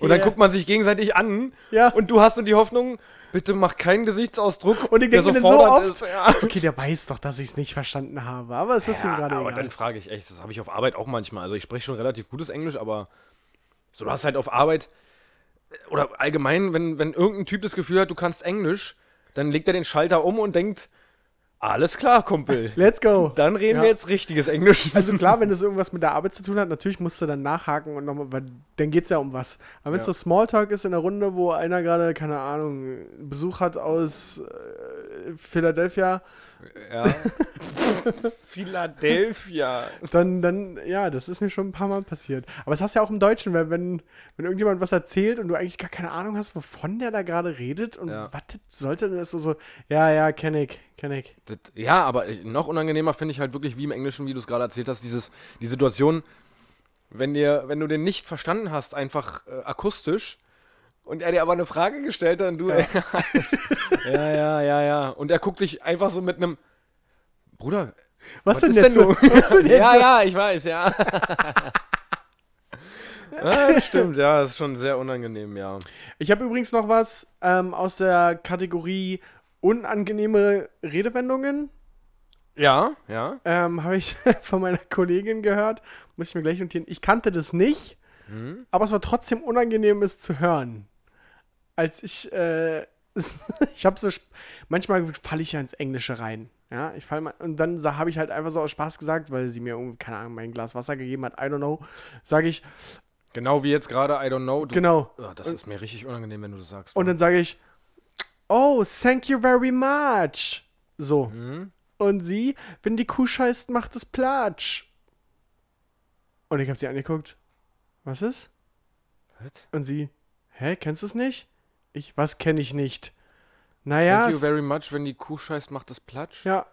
S2: Und dann
S3: Ja.
S2: guckt man sich gegenseitig an
S3: Ja.
S2: und du hast nur die Hoffnung, bitte mach keinen Gesichtsausdruck.
S3: Und ich
S2: der
S3: denke mir dann so
S2: fordernd ist.
S3: oft,
S2: Ja.
S3: okay, der weiß doch, dass ich es nicht verstanden habe, aber es ist ihm
S2: Ja,
S3: gerade
S2: aber
S3: egal.
S2: dann frage ich echt, das habe ich auf Arbeit auch manchmal. Also ich spreche schon relativ gutes Englisch, aber so du hast halt auf Arbeit oder allgemein, wenn, wenn irgendein Typ das Gefühl hat, du kannst Englisch, dann legt er den Schalter um und denkt, alles klar, [laughs] Kumpel.
S3: Let's go.
S2: Dann reden
S3: Ja.
S2: wir jetzt richtiges Englisch.
S3: Also klar, wenn das irgendwas mit der Arbeit zu tun hat, natürlich musst du dann nachhaken und nochmal, weil dann geht's ja um was. Aber wenn es
S2: Ja.
S3: so Smalltalk ist in der Runde, wo einer gerade, keine Ahnung, Besuch hat aus äh, Philadelphia,
S2: ja. [laughs] Philadelphia.
S3: dann, dann, ja, das ist mir schon ein paar Mal passiert. Aber es hast ja auch im Deutschen, weil wenn, wenn irgendjemand was erzählt und du eigentlich gar keine Ahnung hast, wovon der da gerade redet und
S2: Ja.
S3: was das sollte, dann ist so, so, ja, ja, kenn ich, kenn ich.
S2: Das, ja, aber noch unangenehmer finde ich halt wirklich, wie im Englischen, wie du es gerade erzählt hast, dieses, die Situation, wenn, dir, wenn du den nicht verstanden hast, einfach äh, akustisch, und er dir aber eine Frage gestellt hat und du. Ja, [laughs] ja, ja, ja, ja. Und er guckt dich einfach so mit einem. Bruder,
S3: Was, denn
S2: ist
S3: jetzt?
S2: denn
S3: so? [laughs] Was denn
S2: [laughs]
S3: jetzt?
S2: ja,
S3: so?
S2: ja, ich weiß, ja. [laughs] ja. Stimmt, ja, das ist schon sehr unangenehm, ja.
S3: Ich habe übrigens noch was ähm, aus der Kategorie unangenehme Redewendungen.
S2: Ja, ja.
S3: Ähm, [laughs] habe ich von meiner Kollegin gehört. Muss ich mir gleich notieren. Ich kannte das nicht, aber es war trotzdem unangenehm, es zu hören. Als ich, äh, [laughs] ich habe so, sp- manchmal falle ich ja ins Englische rein. Ja, ich fall mal, und dann sa- habe ich halt einfach so aus Spaß gesagt, weil sie mir, irgendwie, keine Ahnung, mein Glas Wasser gegeben hat, I don't know, sage ich,
S2: Genau wie jetzt gerade, I don't know. Du,
S3: genau.
S2: Ah, das ist mir richtig unangenehm, wenn du das sagst.
S3: Und dann sage ich, oh, thank you very much. So.
S2: Mhm.
S3: Und sie, wenn die Kuh scheißt, macht es Platsch. Und ich habe sie angeguckt. Was ist?
S2: Was?
S3: Und sie, hä, kennst du es nicht? Ich, was kenne ich nicht? Naja,
S2: Thank you
S3: es,
S2: very much, wenn die Kuh scheißt, macht das Platsch.
S3: ja.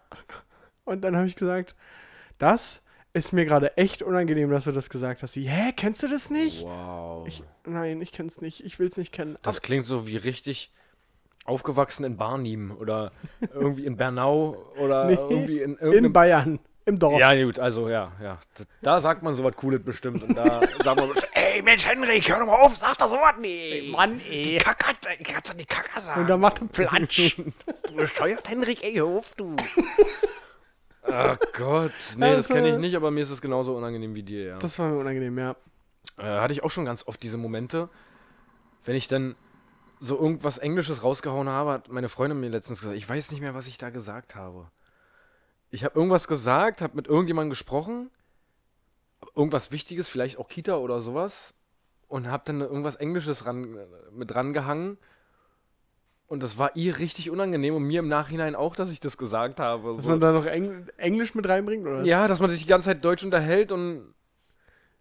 S3: Und dann habe ich gesagt, das ist mir gerade echt unangenehm, dass du das gesagt hast. Sie, hä, kennst du das nicht?
S2: Wow.
S3: Ich, nein, ich kenn's nicht. Ich will's nicht kennen.
S2: das klingt so wie richtig aufgewachsen in Barnim oder irgendwie in Bernau oder
S3: [laughs] Nee,
S2: irgendwie in
S3: Also in
S2: irgendeinem
S3: Bayern. im Dorf.
S2: Ja, gut, also ja, ja. Da, da sagt man sowas Cooles bestimmt. Und
S3: [laughs]
S2: da sagt man, ey Mensch, Henrik, hör doch mal auf, sag doch sowas nicht.
S3: Mann, ey.
S2: Kacker, kannst du nicht Kacker sagen.
S3: Und dann macht er Platsch.
S2: du bescheuert, Henrik, ey, hör auf, du. [laughs] Ach Gott. Nee, das
S3: Also-
S2: kenne ich nicht, aber mir ist es genauso unangenehm wie dir, ja.
S3: Das war mir unangenehm, ja.
S2: äh, hatte ich auch schon ganz oft diese Momente, wenn ich dann so irgendwas Englisches rausgehauen habe, hat meine Freundin mir letztens gesagt, ich weiß nicht mehr, was ich da gesagt habe. Ich habe irgendwas gesagt, habe mit irgendjemandem gesprochen, irgendwas Wichtiges, vielleicht auch Kita oder sowas, und habe dann irgendwas Englisches ran, mit rangehangen. Und das war ihr richtig unangenehm und mir im Nachhinein auch, dass ich das gesagt habe.
S3: Dass
S2: So.
S3: man da noch Eng Englisch mit reinbringt, oder? was?
S2: Ja, dass man sich die ganze Zeit Deutsch unterhält und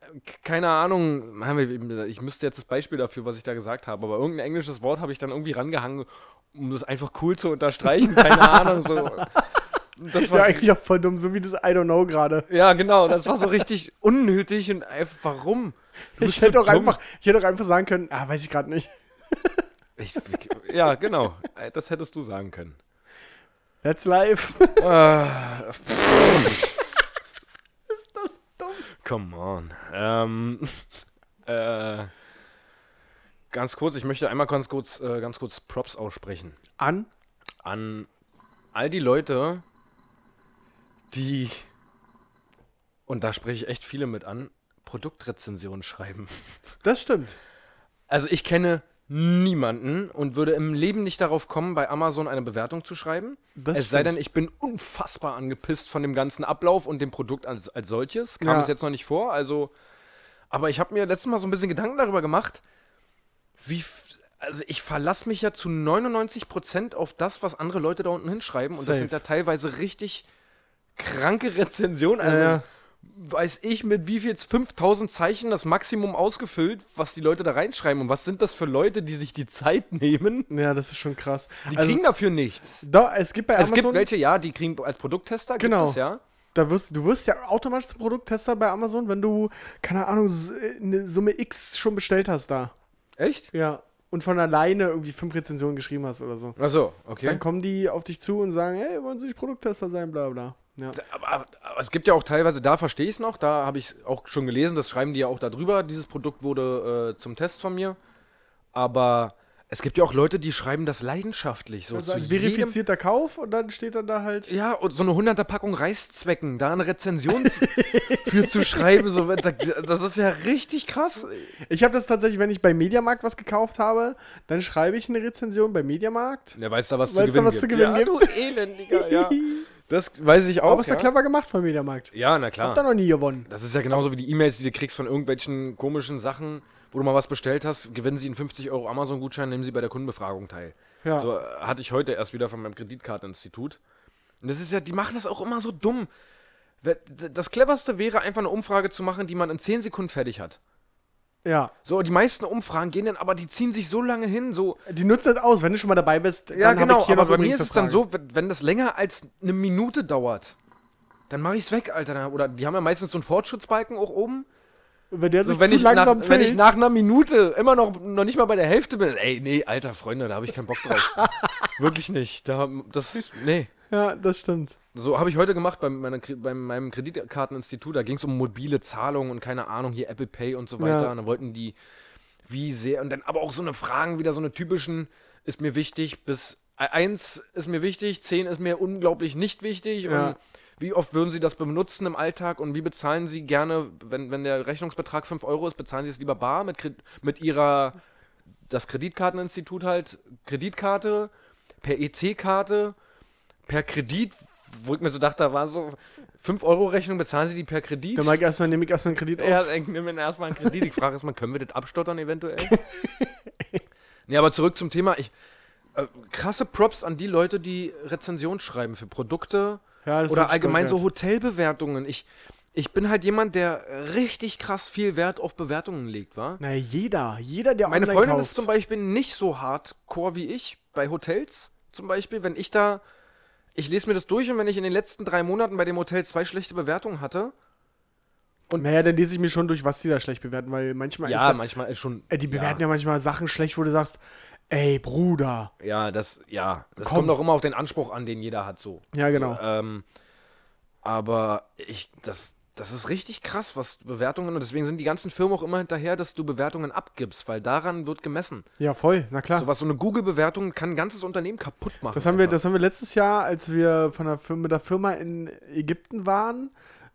S2: äh, k- keine Ahnung, Mann, wir- ich müsste jetzt das Beispiel dafür, was ich da gesagt habe, aber irgendein englisches Wort habe ich dann irgendwie rangehangen, um das einfach cool zu unterstreichen,
S3: [laughs]
S2: keine Ahnung, so. Das
S3: Ja,
S2: war,
S3: eigentlich auch voll dumm, so wie das I don't know gerade.
S2: ja, genau, das war so richtig unnötig und einfach, warum? Du bist
S3: Ich hätte
S2: so
S3: auch
S2: dumm.
S3: einfach, ich hätte auch einfach sagen können, ah, weiß ich gerade nicht.
S2: Ich, ja, genau, äh, das hättest du sagen können.
S3: That's life.
S2: Äh,
S3: [laughs] Ist das dumm?
S2: Come on. Ähm, [laughs] äh, ganz kurz, ich möchte einmal ganz kurz, äh, ganz kurz Props aussprechen.
S3: An?
S2: an all die Leute, die, und da spreche ich echt viele mit an, Produktrezensionen schreiben.
S3: Das stimmt.
S2: Also ich kenne niemanden und würde im Leben nicht darauf kommen, bei Amazon eine Bewertung zu schreiben.
S3: Das
S2: es sei
S3: stimmt.
S2: denn, ich bin unfassbar angepisst von dem ganzen Ablauf und dem Produkt als, als solches. Kam
S3: Ja.
S2: es jetzt noch nicht vor, also. Aber ich habe mir letztes Mal so ein bisschen Gedanken darüber gemacht, wie. f- Also ich verlasse mich ja zu 99% auf das, was andere Leute da unten hinschreiben. Und das
S3: Safe.
S2: sind ja teilweise richtig kranke Rezensionen. Also
S3: ja.
S2: weiß ich mit wie viel 5000 Zeichen das Maximum ausgefüllt, was die Leute da reinschreiben. Und was sind das für Leute, die sich die Zeit nehmen?
S3: Ja, das ist schon krass.
S2: Die
S3: Also,
S2: kriegen dafür nichts.
S3: da, es gibt bei
S2: Es gibt
S3: Amazon,
S2: welche, ja, die kriegen als Produkttester,
S3: Genau.
S2: gibt es, ja.
S3: da wirst, du wirst ja automatisch zum Produkttester bei Amazon, wenn du, keine Ahnung, s- eine Summe X schon bestellt hast da.
S2: Echt?
S3: Ja. Und von alleine irgendwie fünf Rezensionen geschrieben hast oder so.
S2: Achso, Also, okay.
S3: Dann kommen die auf dich zu und sagen, hey, wollen Sie nicht Produkttester sein, bla bla. Ja.
S2: aber, aber, aber es gibt ja auch teilweise, da verstehe ich es noch, da habe ich auch schon gelesen, das schreiben die ja auch darüber, dieses Produkt wurde äh, zum Test von mir. Aber es gibt ja auch Leute, die schreiben das leidenschaftlich. So
S3: Also
S2: zu
S3: als
S2: jedem
S3: verifizierter Kauf und dann steht dann da halt.
S2: Ja, und so eine 100er Packung Reißzwecken, da eine Rezension zu- [laughs] für zu schreiben, so, da- das ist ja richtig krass.
S3: Ich habe das tatsächlich, wenn ich bei Mediamarkt was gekauft habe, dann schreibe ich eine Rezension bei Mediamarkt.
S2: Der weiß da was
S3: Weil's da
S2: zu gewinnen
S3: was zu
S2: gibt.
S3: gewinnen
S2: ja,
S3: gibt.
S2: Du Elendiger, ja. Das weiß ich auch.
S3: Aber ist ja
S2: ja.
S3: clever gemacht von Mediamarkt.
S2: ja, na
S3: Hab da
S2: klar.
S3: noch nie gewonnen.
S2: Das ist ja genauso wie die E-Mails, die du kriegst von irgendwelchen komischen Sachen, wo du mal was bestellt hast, gewinnen sie einen 50 Euro Amazon-Gutschein, nehmen sie bei der Kundenbefragung teil.
S3: Ja.
S2: So äh, hatte ich heute erst wieder von meinem Kreditkarteninstitut. Und das ist ja, die machen das auch immer so dumm. Wer- d- Das cleverste wäre einfach eine Umfrage zu machen, die man in 10 Sekunden fertig hat.
S3: Ja.
S2: So, die meisten Umfragen gehen dann, aber die ziehen sich so lange hin, so.
S3: Die nutzen das aus, wenn du schon mal dabei bist.
S2: Ja,
S3: dann hab
S2: genau,
S3: ich hier
S2: aber
S3: noch
S2: bei mir
S3: übrigens
S2: ist es
S3: eine
S2: dann so,
S3: Frage.
S2: wenn wenn das länger als eine Minute dauert, dann mache ich es weg, Alter. Dann- Oder die haben ja meistens so einen Fortschrittsbalken auch oben.
S3: Und Wenn der
S2: So,
S3: sich
S2: wenn,
S3: zu
S2: ich nach,
S3: langsam
S2: wenn ich
S3: füllt-
S2: nach einer Minute immer noch, noch nicht mal bei der Hälfte bin, ey, nee, Alter, Freunde, da habe ich keinen Bock [laughs] drauf. Wirklich nicht. Da, das, nee.
S3: Ja, das stimmt.
S2: So habe ich heute gemacht bei, meiner, Kre- bei meinem Kreditkarteninstitut. Da ging es um mobile Zahlungen und keine Ahnung, hier Apple Pay und so weiter.
S3: Ja.
S2: Und dann wollten die, wie sehr. Und dann aber auch so eine Fragen, wieder so eine typischen, ist mir wichtig, bis äh, eins ist mir wichtig, zehn ist mir unglaublich nicht wichtig.
S3: Ja.
S2: Und wie oft würden sie das benutzen im Alltag und wie bezahlen sie gerne, wenn, wenn der Rechnungsbetrag 5 Euro ist, bezahlen sie es lieber bar mit, Kred- mit ihrer, das Kreditkarteninstitut halt, Kreditkarte, per EC-Karte per Kredit, wo ich mir so dachte, da war so 5-Euro-Rechnung, bezahlen Sie die per Kredit?
S3: Dann mach ich erstmal, nehme ich erstmal einen Kredit
S2: ja, äh,
S3: auf.
S2: ich nehme mir erstmal einen Kredit. Ich frage erstmal, können wir das abstottern
S3: [laughs]
S2: eventuell? nee, aber zurück zum Thema. Ich, äh, krasse Props an die Leute, die Rezensionen schreiben für Produkte
S3: Ja, das ist
S2: oder
S3: wirklich
S2: allgemein
S3: Gold
S2: so Hotelbewertungen. Ich, ich bin halt jemand, der richtig krass viel Wert auf Bewertungen legt, war.
S3: Na, jeder. Jeder, der
S2: Meine
S3: online
S2: Freundin
S3: kauft.
S2: ist zum Beispiel nicht so hardcore wie ich bei Hotels. Zum Beispiel, wenn ich da, ich lese mir das durch und wenn ich in den letzten drei Monaten bei dem Hotel zwei schlechte Bewertungen hatte,
S3: Naja, dann lese ich mir schon durch, was die da schlecht bewerten, weil manchmal ist
S2: manchmal ist schon.
S3: Äh, Die bewerten ja. manchmal Sachen schlecht, wo du sagst, ey, Bruder.
S2: ja. Ja, das, ja, das
S3: Komm.
S2: kommt auch immer auf den Anspruch an, den jeder hat, so.
S3: Ja, genau.
S2: Ähm, Aber ich, das, das ist richtig krass, was Bewertungen, und deswegen sind die ganzen Firmen auch immer hinterher, dass du Bewertungen abgibst, weil daran wird gemessen.
S3: Ja, voll, na klar.
S2: So was, so eine Google-Bewertung kann ein ganzes Unternehmen kaputt machen.
S3: Ah. Das haben, wir,
S2: einfach.
S3: das haben wir letztes Jahr, als wir von der, Fir- mit der Firma in Ägypten waren.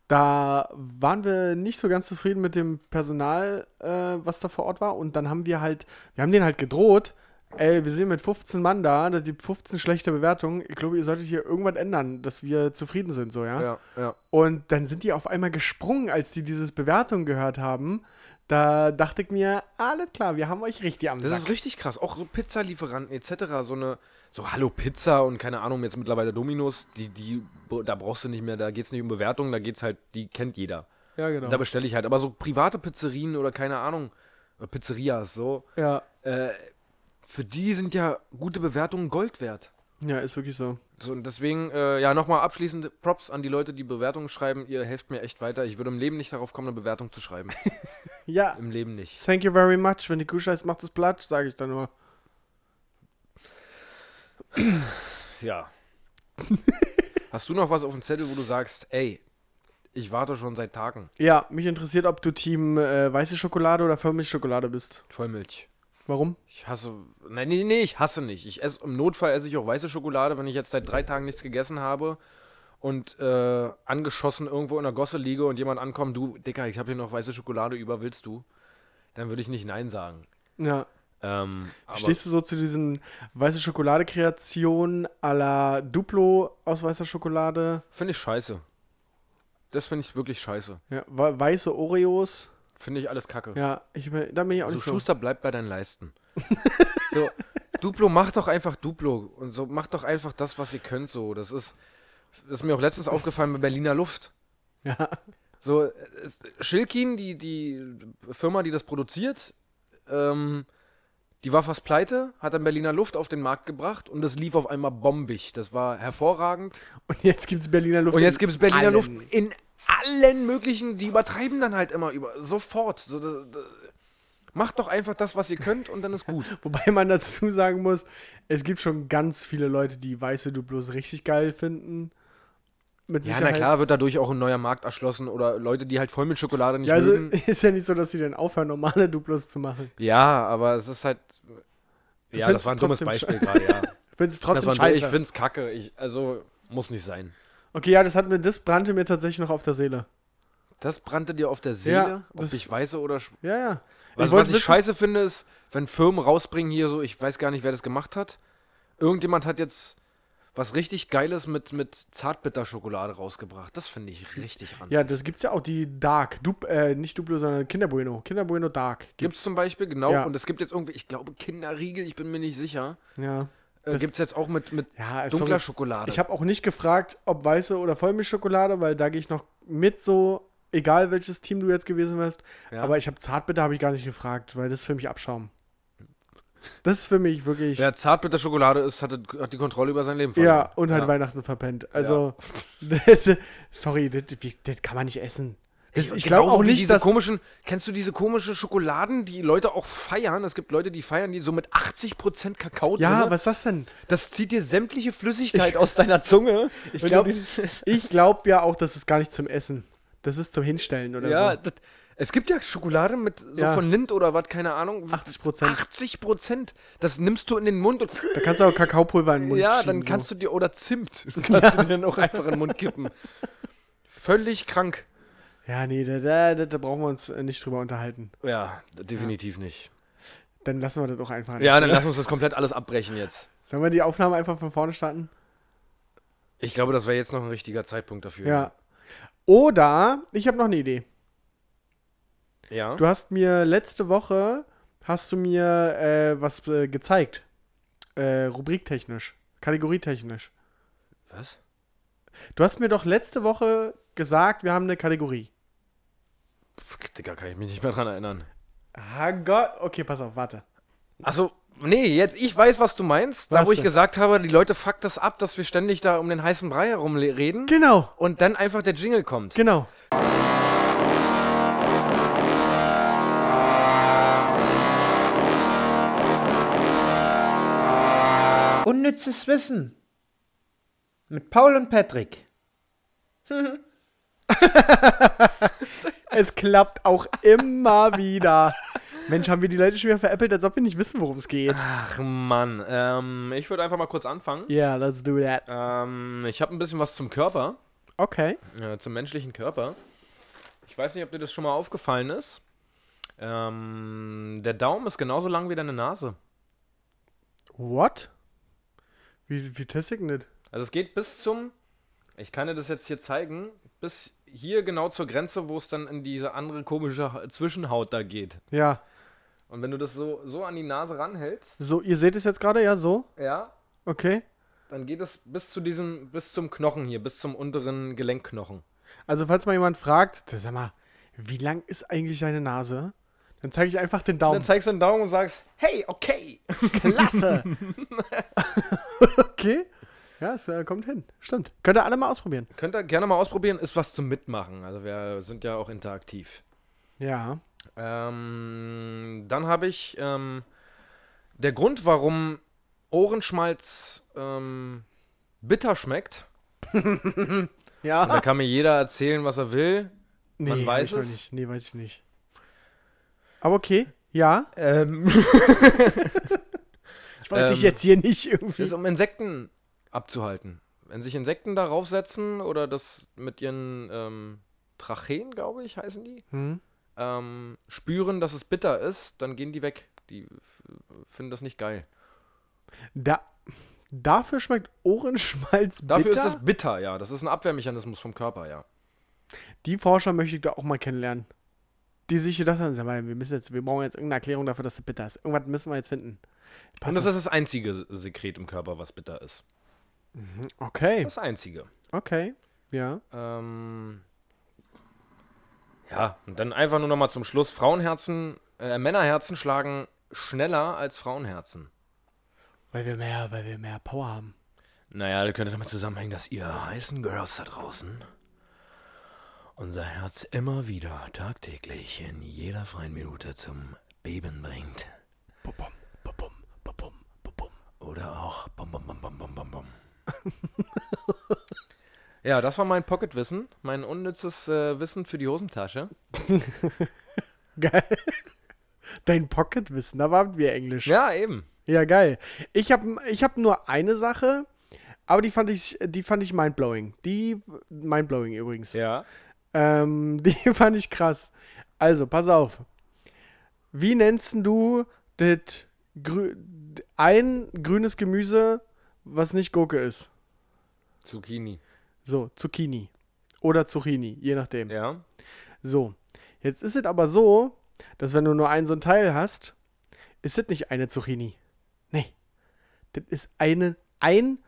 S3: Da waren wir nicht so ganz zufrieden mit dem Personal, äh, was da vor Ort war. Und dann haben wir halt, wir haben denen halt gedroht, ey, wir sind mit 15 Mann da, da die 15 schlechte Bewertungen. Ich glaube, ihr solltet hier irgendwas ändern, dass wir zufrieden sind, so, ja?
S2: Ja, ja.
S3: Und dann sind die auf einmal gesprungen, als die dieses Bewertung gehört haben. Da dachte ich mir, alles klar, wir haben euch richtig am
S2: Das
S3: Sack.
S2: ist richtig krass. Auch so Pizzalieferanten etc. So eine, so Hallo Pizza und keine Ahnung, jetzt mittlerweile Dominos, die, die, da brauchst du nicht mehr, da geht's nicht um Bewertungen, da geht's halt, die kennt jeder.
S3: ja, genau.
S2: Da bestelle ich halt. Aber so private Pizzerien oder keine Ahnung, oder Pizzerias, so,
S3: ja.
S2: äh, für die sind ja gute Bewertungen Gold wert.
S3: ja, ist wirklich so.
S2: So, und deswegen, äh, ja, nochmal abschließend Props an die Leute, die Bewertungen schreiben. Ihr helft mir echt weiter. Ich würde im Leben nicht darauf kommen, eine Bewertung zu
S3: [laughs]
S2: schreiben.
S3: Ja,
S2: Im Leben nicht.
S3: Thank you very much. Wenn die Kuh scheißt, macht es platt, sage ich dann nur.
S2: Ja. [laughs] Hast du noch was auf dem Zettel, wo du sagst, ey, ich warte schon seit Tagen.
S3: Ja, mich interessiert, ob du Team äh, weiße Schokolade oder Vollmilchschokolade bist.
S2: Vollmilch.
S3: Warum?
S2: Ich hasse. Nein, nee, nee, ich hasse nicht. Ich esse, Im Notfall esse ich auch weiße Schokolade, wenn ich jetzt seit drei Tagen nichts gegessen habe und äh, angeschossen irgendwo in der Gosse liege und jemand ankommt, du, Dicker, ich habe hier noch weiße Schokolade über, willst du? Dann würde ich nicht Nein sagen.
S3: Ja.
S2: Ähm, aber
S3: Stehst du so zu diesen weiße Schokolade-Kreationen à la Duplo aus weißer Schokolade?
S2: Finde ich scheiße. Das finde ich wirklich scheiße.
S3: Ja, wa- weiße Oreos?
S2: Finde ich alles kacke.
S3: Ja, ich, bin- da bin ich auch
S2: so,
S3: nicht so.
S2: Also Schuster bleibt bei deinen Leisten. [laughs] so, Duplo, mach doch einfach Duplo. Und so, mach doch einfach das, was ihr könnt. So, das ist, das ist mir auch letztens aufgefallen bei Berliner Luft.
S3: [laughs] Ja.
S2: So, es- Schilkin, die, die Firma, die das produziert, ähm, die war fast pleite, hat dann Berliner Luft auf den Markt gebracht und das lief auf einmal bombig. Das war hervorragend.
S3: Und jetzt gibt's Berliner Luft.
S2: Und
S3: in
S2: jetzt gibt es Berliner
S3: allen.
S2: Luft in allen möglichen, die übertreiben dann halt immer über. Sofort. So, das, das, macht doch einfach das, was ihr könnt und dann ist gut.
S3: Wobei man dazu sagen muss, es gibt schon ganz viele Leute, die weiße Duplos richtig geil finden.
S2: [laughs]
S3: Mit
S2: ja,
S3: Sicherheit.
S2: na klar, wird dadurch auch ein neuer Markt erschlossen oder Leute, die halt voll mit Schokolade nicht
S3: Ja, also
S2: mögen.
S3: [laughs] ist ja nicht so, dass sie dann aufhören, normale Duplos zu machen.
S2: Ja, aber es ist halt.
S3: Du
S2: ja, das
S3: findest
S2: war ein
S3: es
S2: dummes
S3: trotzdem
S2: Beispiel
S3: [laughs]
S2: gerade, ja.
S3: Wenn es
S2: Das
S3: trotzdem
S2: war,
S3: scheiße.
S2: ich find's kacke. Ich, also, muss nicht sein.
S3: Okay, ja, das hat mir, das brannte mir tatsächlich noch auf der Seele.
S2: Das brannte dir auf der
S3: Ja,
S2: Seele, ob
S3: das-
S2: ich weiße oder. sch-
S3: Ja, ja.
S2: Was,
S3: wollte
S2: was ich
S3: wissen-
S2: scheiße finde, ist, wenn Firmen rausbringen hier so, ich weiß gar nicht, wer das gemacht hat. Irgendjemand hat jetzt was richtig Geiles mit, mit Zartbitterschokolade rausgebracht. Das finde ich richtig ranzig.
S3: Ja, das gibt's ja auch die Dark. Dup, äh, nicht Duplo, sondern Kinder Bueno. Kinder Bueno Dark.
S2: Gibt's zum Beispiel, genau.
S3: Ja.
S2: Und es gibt jetzt irgendwie, ich glaube, Kinderriegel, ich bin mir nicht sicher.
S3: Ja.
S2: Äh,
S3: Das-
S2: gibt's jetzt auch mit, mit
S3: Ja, sorry.
S2: dunkler Schokolade.
S3: Ich habe auch nicht gefragt, ob weiße oder Vollmilchschokolade, weil da gehe ich noch mit so, egal welches Team du jetzt gewesen wärst.
S2: Ja.
S3: Aber ich habe Zartbitter habe ich gar nicht gefragt, weil das ist für mich Abschaum. Das ist für mich wirklich. Ja,
S2: Wer Zartbitterschokolade ist, hat, hat die Kontrolle über sein Leben verloren.
S3: und halt
S2: Ja.
S3: Weihnachten verpennt.
S2: [laughs]
S3: Also, das, sorry, das, das kann man nicht essen. Das,
S2: Und
S3: ich glaube
S2: genauso
S3: auch
S2: wie
S3: nicht,
S2: diese
S3: dass.
S2: komischen, kennst du diese komische Schokoladen, die Leute auch feiern? Es gibt Leute, die feiern die so mit 80% Kakao
S3: Ja,
S2: drinne.
S3: was ist das denn?
S2: Das zieht dir sämtliche Flüssigkeit aus deiner
S3: [laughs]
S2: Zunge. Ich
S3: glaub- [laughs] Ich glaube ja auch, das ist gar nicht zum Essen. Das ist zum Hinstellen oder
S2: ja,
S3: so.
S2: das, es gibt ja Schokolade mit so
S3: Ja.
S2: von Lind oder was, keine Ahnung.
S3: 80%.
S2: 80 Prozent. Das nimmst du in den Mund und
S3: Da kannst du auch Kakaopulver in den
S2: [laughs]
S3: Mund
S2: ja,
S3: schieben,
S2: dann kannst
S3: so.
S2: du dir oder
S3: [laughs]
S2: Zimt [laughs] kannst du dir dann auch einfach in den Mund kippen. Völlig krank.
S3: Ja, nee, da, da, da, da brauchen wir uns äh, nicht drüber unterhalten.
S2: Ja, definitiv nicht.
S3: Dann lassen wir das auch einfach. an der
S2: Ja, dann
S3: Stelle.
S2: lass uns das komplett alles abbrechen jetzt.
S3: Sollen wir die Aufnahme einfach von vorne starten?
S2: Ich glaube, das wäre jetzt noch ein richtiger Zeitpunkt dafür.
S3: Ja. Oder, ich habe noch eine Idee.
S2: Ja.
S3: Du hast mir letzte Woche, hast du mir äh, was äh, gezeigt. Äh, rubriktechnisch, kategorietechnisch.
S2: Was?
S3: Du hast mir doch letzte Woche gesagt, wir haben eine Kategorie.
S2: Pff, Digga, kann ich mich nicht mehr dran erinnern.
S3: Ah Gott. Okay, pass auf, warte.
S2: Achso, Also, nee, jetzt, ich weiß, was du meinst. Da,
S3: Was
S2: wo ich
S3: denn?
S2: gesagt habe, die Leute fuckt das ab, dass wir ständig da um den heißen Brei herumreden.
S3: Genau,
S2: Und dann einfach der Jingle kommt.
S3: genau.
S4: Unnützes Wissen mit Paul und Patrick.
S3: Es klappt auch immer wieder. Mensch, haben wir die Leute schon wieder veräppelt, als ob wir nicht wissen, worum es geht.
S2: Ach Mann, ähm, ich würde einfach mal kurz anfangen.
S3: Yeah, let's do that.
S2: Ähm, ich habe ein bisschen was zum Körper,
S3: Okay.
S2: äh, zum menschlichen Körper. Ich weiß nicht, ob dir das schon mal aufgefallen ist. Ähm, der Daumen ist genauso lang wie deine Nase.
S3: What? Wie, wie teste ich denn das?
S2: Also es geht bis zum, ich kann dir das jetzt hier zeigen, bis hier genau zur Grenze, wo es dann in diese andere komische Ha- Zwischenhaut da geht.
S3: Ja.
S2: Und wenn du das so, so an die Nase ranhältst,
S3: So, ihr seht es jetzt gerade, ja, so.
S2: ja,
S3: Okay.
S2: dann geht es bis zu diesem, bis zum Knochen hier, bis zum unteren Gelenkknochen.
S3: Also, falls mal jemand fragt, sag mal, wie lang ist eigentlich deine Nase? Dann zeige ich einfach den
S2: Dann [laughs]
S3: Daumen.
S2: zeigst du den Daumen und sagst, hey, okay. [laughs]
S3: Klasse! okay. Ja, es äh, kommt hin. Stimmt. Könnt ihr alle mal ausprobieren.
S2: Könnt ihr gerne mal ausprobieren, ist was zum Mitmachen. Also wir sind ja auch interaktiv.
S3: Ja.
S2: Ähm, dann habe ich ähm, der Grund, warum Ohrenschmalz ähm, bitter schmeckt.
S3: Ja.
S2: Da kann mir jeder erzählen, was er will.
S3: Äh, nee,
S2: man weiß
S3: ich noch
S2: es.
S3: nicht. Nee, weiß ich nicht. Aber okay. Ja. Ich wollte dich
S2: Ähm,
S3: jetzt hier nicht irgendwie.
S2: ist um Insekten abzuhalten. Wenn sich Insekten darauf setzen oder das mit ihren ähm, Tracheen, glaube ich, heißen die,
S3: Hm?
S2: ähm, spüren, dass es bitter ist, dann gehen die weg. Die f- finden das nicht geil.
S3: Da, dafür schmeckt Ohrenschmalz
S2: Dafür
S3: bitter.
S2: ist es bitter, ja. Das ist ein Abwehrmechanismus vom Körper, ja.
S3: Die Forscher möchte ich da auch mal kennenlernen. Die sich gedacht haben, sag mal, wir müssen jetzt, wir brauchen jetzt irgendeine Erklärung dafür, dass es bitter ist. Irgendwas müssen wir jetzt finden.
S2: Und
S3: Pass
S2: das
S3: auf.
S2: ist das einzige Sekret im Körper, was bitter ist.
S3: okay,
S2: Das einzige.
S3: okay. Ja.
S2: Ähm, ja, und dann einfach nur nochmal zum Schluss. Frauenherzen, äh, Männerherzen schlagen schneller als Frauenherzen.
S3: Weil wir mehr, weil wir mehr Power haben. [laughs]
S2: Naja, das könnte damit zusammenhängen, dass ihr heißen Girls da draußen unser Herz immer wieder tagtäglich in jeder freien Minute zum Beben bringt.
S3: Bum, bum, bum, bum, bum, bum, bum.
S2: Oder auch bom, bom, bom, bom, bom, bom, bom. [laughs] ja, das war mein Pocketwissen, mein unnützes äh, Wissen für die Hosentasche.
S3: Geil. Dein Pocketwissen, da waren wir Englisch.
S2: Ja, eben.
S3: Ja, geil. Ich habe ich hab nur eine Sache, aber die fand ich, die fand ich mindblowing. Die mindblowing übrigens.
S2: Ja.
S3: Ähm, [laughs] die fand ich krass. Also, pass auf. Wie nennst denn du das grü ein grünes Gemüse, was nicht Gurke ist?
S2: Zucchini.
S3: So, Zucchini. Oder Zucchini, je nachdem.
S2: Ja.
S3: So. Jetzt ist es aber so, dass wenn du nur ein so ein Teil hast, ist es nicht eine Zucchini. Nee. Das ist eine, ein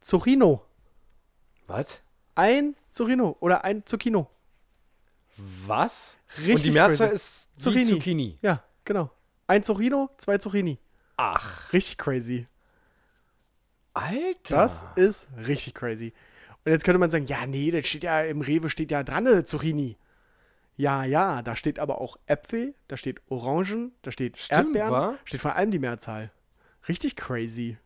S3: Zucchino.
S2: Was?
S3: Ein Zucchino oder ein Zucchino.
S2: Was? Und die
S3: Richtig
S2: Mehrzahl
S3: crazy.
S2: ist die
S3: Zucchini.
S2: Zucchini.
S3: Ja, genau. Ein Zucchino, zwei Zucchini.
S2: Ach,
S3: Richtig crazy.
S2: Alter.
S3: Das ist richtig crazy. Und jetzt könnte man sagen, ja, nee, das steht ja im Rewe steht ja dran, ne, Zucchini. Ja, ja, da steht aber auch Äpfel, da steht Orangen, da steht
S2: Stimmt,
S3: Erdbeeren,
S2: wa?
S3: steht vor allem die Mehrzahl. Richtig crazy.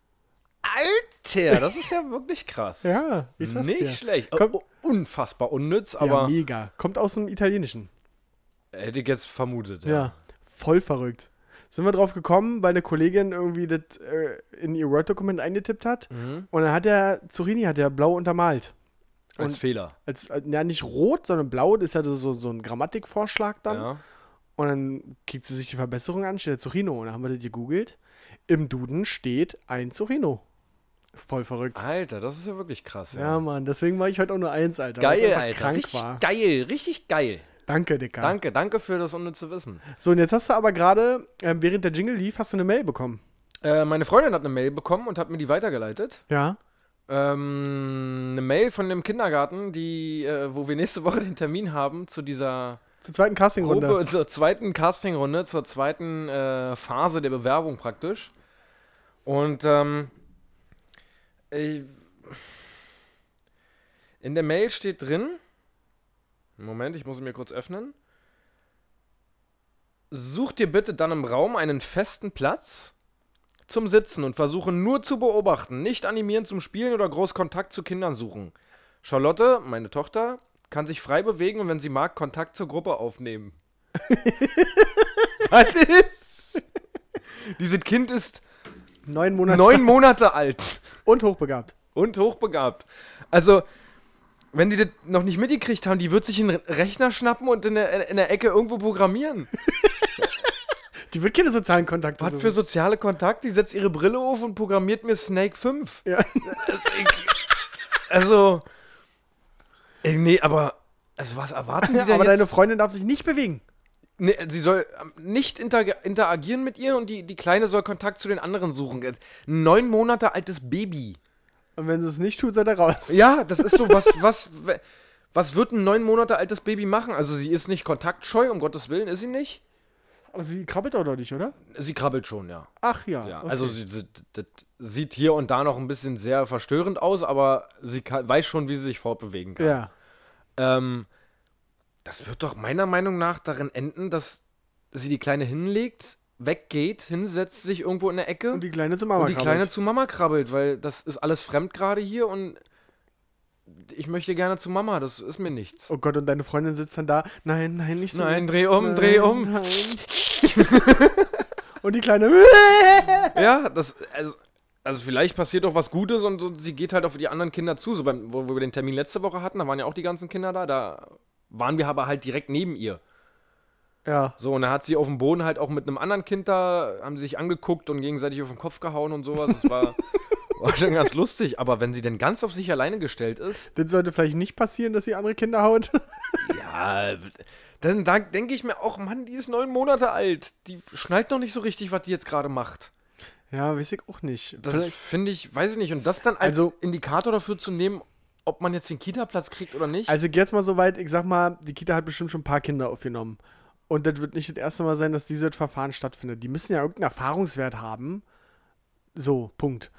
S2: Alter, das ist ja wirklich krass.
S3: Ja, ich sag's
S2: Nicht
S3: dir.
S2: schlecht.
S3: Komm-
S2: Oh, unfassbar unnütz,
S3: ja,
S2: aber
S3: mega. Kommt aus dem Italienischen.
S2: hätte ich jetzt vermutet.
S3: Ja. voll verrückt. Sind wir drauf gekommen, weil eine Kollegin irgendwie das äh, in ihr Word-Dokument eingetippt hat
S2: Mhm.
S3: und dann hat der Zucchini hat er blau untermalt.
S2: Als
S3: Und-
S2: Fehler.
S3: Als, als, ja, nicht rot, sondern blau, das ist ja so, so ein Grammatikvorschlag dann.
S2: Ja.
S3: Und dann kriegt sie sich die Verbesserung an, steht der Zorino. Und dann haben wir das gegoogelt. Im Duden steht ein Zorino. Voll verrückt.
S2: Alter, das ist ja wirklich krass.
S3: ja, Mann, deswegen war ich heute auch nur eins, Alter. weil es
S2: Geil,
S3: einfach
S2: Alter.
S3: krank
S2: richtig
S3: war.
S2: geil, richtig geil.
S3: Danke, Dicker.
S2: Danke, danke für das unnütze Wissen.
S3: So, und jetzt hast du aber gerade, ähm, während der Jingle lief, hast du eine Mail bekommen.
S2: Äh, meine Freundin hat eine Mail bekommen und hat mir die weitergeleitet.
S3: Ja.
S2: Ähm, eine Mail von dem Kindergarten, die, äh, wo wir nächste [laughs] Woche den Termin haben zu dieser
S3: Zur zweiten Castingrunde.
S2: Probe, zur zweiten Castingrunde, zur zweiten äh, Phase der Bewerbung praktisch. Und ähm, ich, in der Mail steht drin, Moment, ich muss ihn mir kurz öffnen. Such dir bitte dann im Raum einen festen Platz zum Sitzen und versuche nur zu beobachten, nicht animieren zum Spielen oder groß Kontakt zu Kindern suchen. Charlotte, meine Tochter, kann sich frei bewegen und wenn sie mag, Kontakt zur Gruppe aufnehmen. Was ist? Dieses Kind ist
S3: Neun Monate
S2: neun Monate alt
S3: [laughs] und hochbegabt.
S2: und hochbegabt. Also, wenn die das noch nicht mitgekriegt haben, die wird sich einen Rechner schnappen und in der, in der Ecke irgendwo [laughs] programmieren.
S3: Die wird keine sozialen Kontakte
S2: Was
S3: suchen.
S2: für soziale Kontakte? Die setzt ihre Brille auf und programmiert mir Snake 5.
S3: Ja.
S2: [laughs] Also, ey, nee, aber, also was erwarten die denn
S3: Aber
S2: jetzt?
S3: deine Freundin darf sich nicht bewegen.
S2: Nee, sie soll ähm, nicht inter interagieren mit ihr und die, die Kleine soll Kontakt zu den anderen suchen. Ein neun Monate altes Baby.
S3: Und wenn sie es nicht tut, seid ihr raus.
S2: Ja, das ist so, was, was, we- was wird ein neun Monate altes Baby machen? Also sie ist nicht kontaktscheu, um Gottes Willen ist sie nicht.
S3: Aber sie krabbelt auch noch nicht, oder?
S2: Sie krabbelt schon, ja.
S3: Ach ja.
S2: ja
S3: okay.
S2: Also sie, sie, das sieht hier und da noch ein bisschen sehr verstörend aus, aber sie kann, weiß schon, wie sie sich fortbewegen kann.
S3: ja.
S2: Ähm, das wird doch meiner Meinung nach darin enden, dass sie die Kleine hinlegt, weggeht, hinsetzt sich irgendwo in der Ecke
S3: Und die Kleine zum Mama
S2: und die
S3: krabbelt.
S2: Kleine zu Mama krabbelt, weil das ist alles fremd gerade hier und ich möchte gerne zu Mama, das ist mir nichts.
S3: Oh Gott, und deine Freundin sitzt dann da. Nein, nein, nicht so.
S2: Nein, dreh um,
S3: Nein,
S2: dreh um.
S3: Nein. [laughs] und
S2: [laughs]
S3: die Kleine.
S2: Ja, das, also, also vielleicht passiert doch was Gutes und, so, sie geht halt auf die anderen Kinder zu. So beim, wo, wo wir den Termin letzte Woche hatten, da waren ja auch die ganzen Kinder da, da waren wir aber halt direkt neben ihr.
S3: Ja.
S2: So, und da hat sie auf dem Boden halt auch mit einem anderen Kind da, haben sie sich angeguckt und gegenseitig auf den Kopf gehauen und sowas. Das war, war schon ganz lustig. Aber wenn sie denn ganz auf sich alleine gestellt ist,
S3: Das sollte vielleicht nicht passieren, dass sie andere Kinder haut. [laughs]
S2: ja, dann, dann denke ich mir auch, Mann, die ist neun Monate alt. Die schneidet noch nicht so richtig, was die jetzt gerade macht.
S3: ja, weiß ich auch nicht.
S2: Das
S3: Vielleicht-
S2: finde ich, weiß ich nicht. Und das dann als
S3: Also-
S2: Indikator dafür zu nehmen, ob man jetzt den Kita-Platz kriegt oder nicht.
S3: Also geh jetzt mal so weit, ich sag mal, die Kita hat bestimmt schon ein paar Kinder aufgenommen. Und das wird nicht das erste Mal sein, dass dieses Verfahren stattfindet. Die müssen ja irgendeinen Erfahrungswert haben. So, Punkt.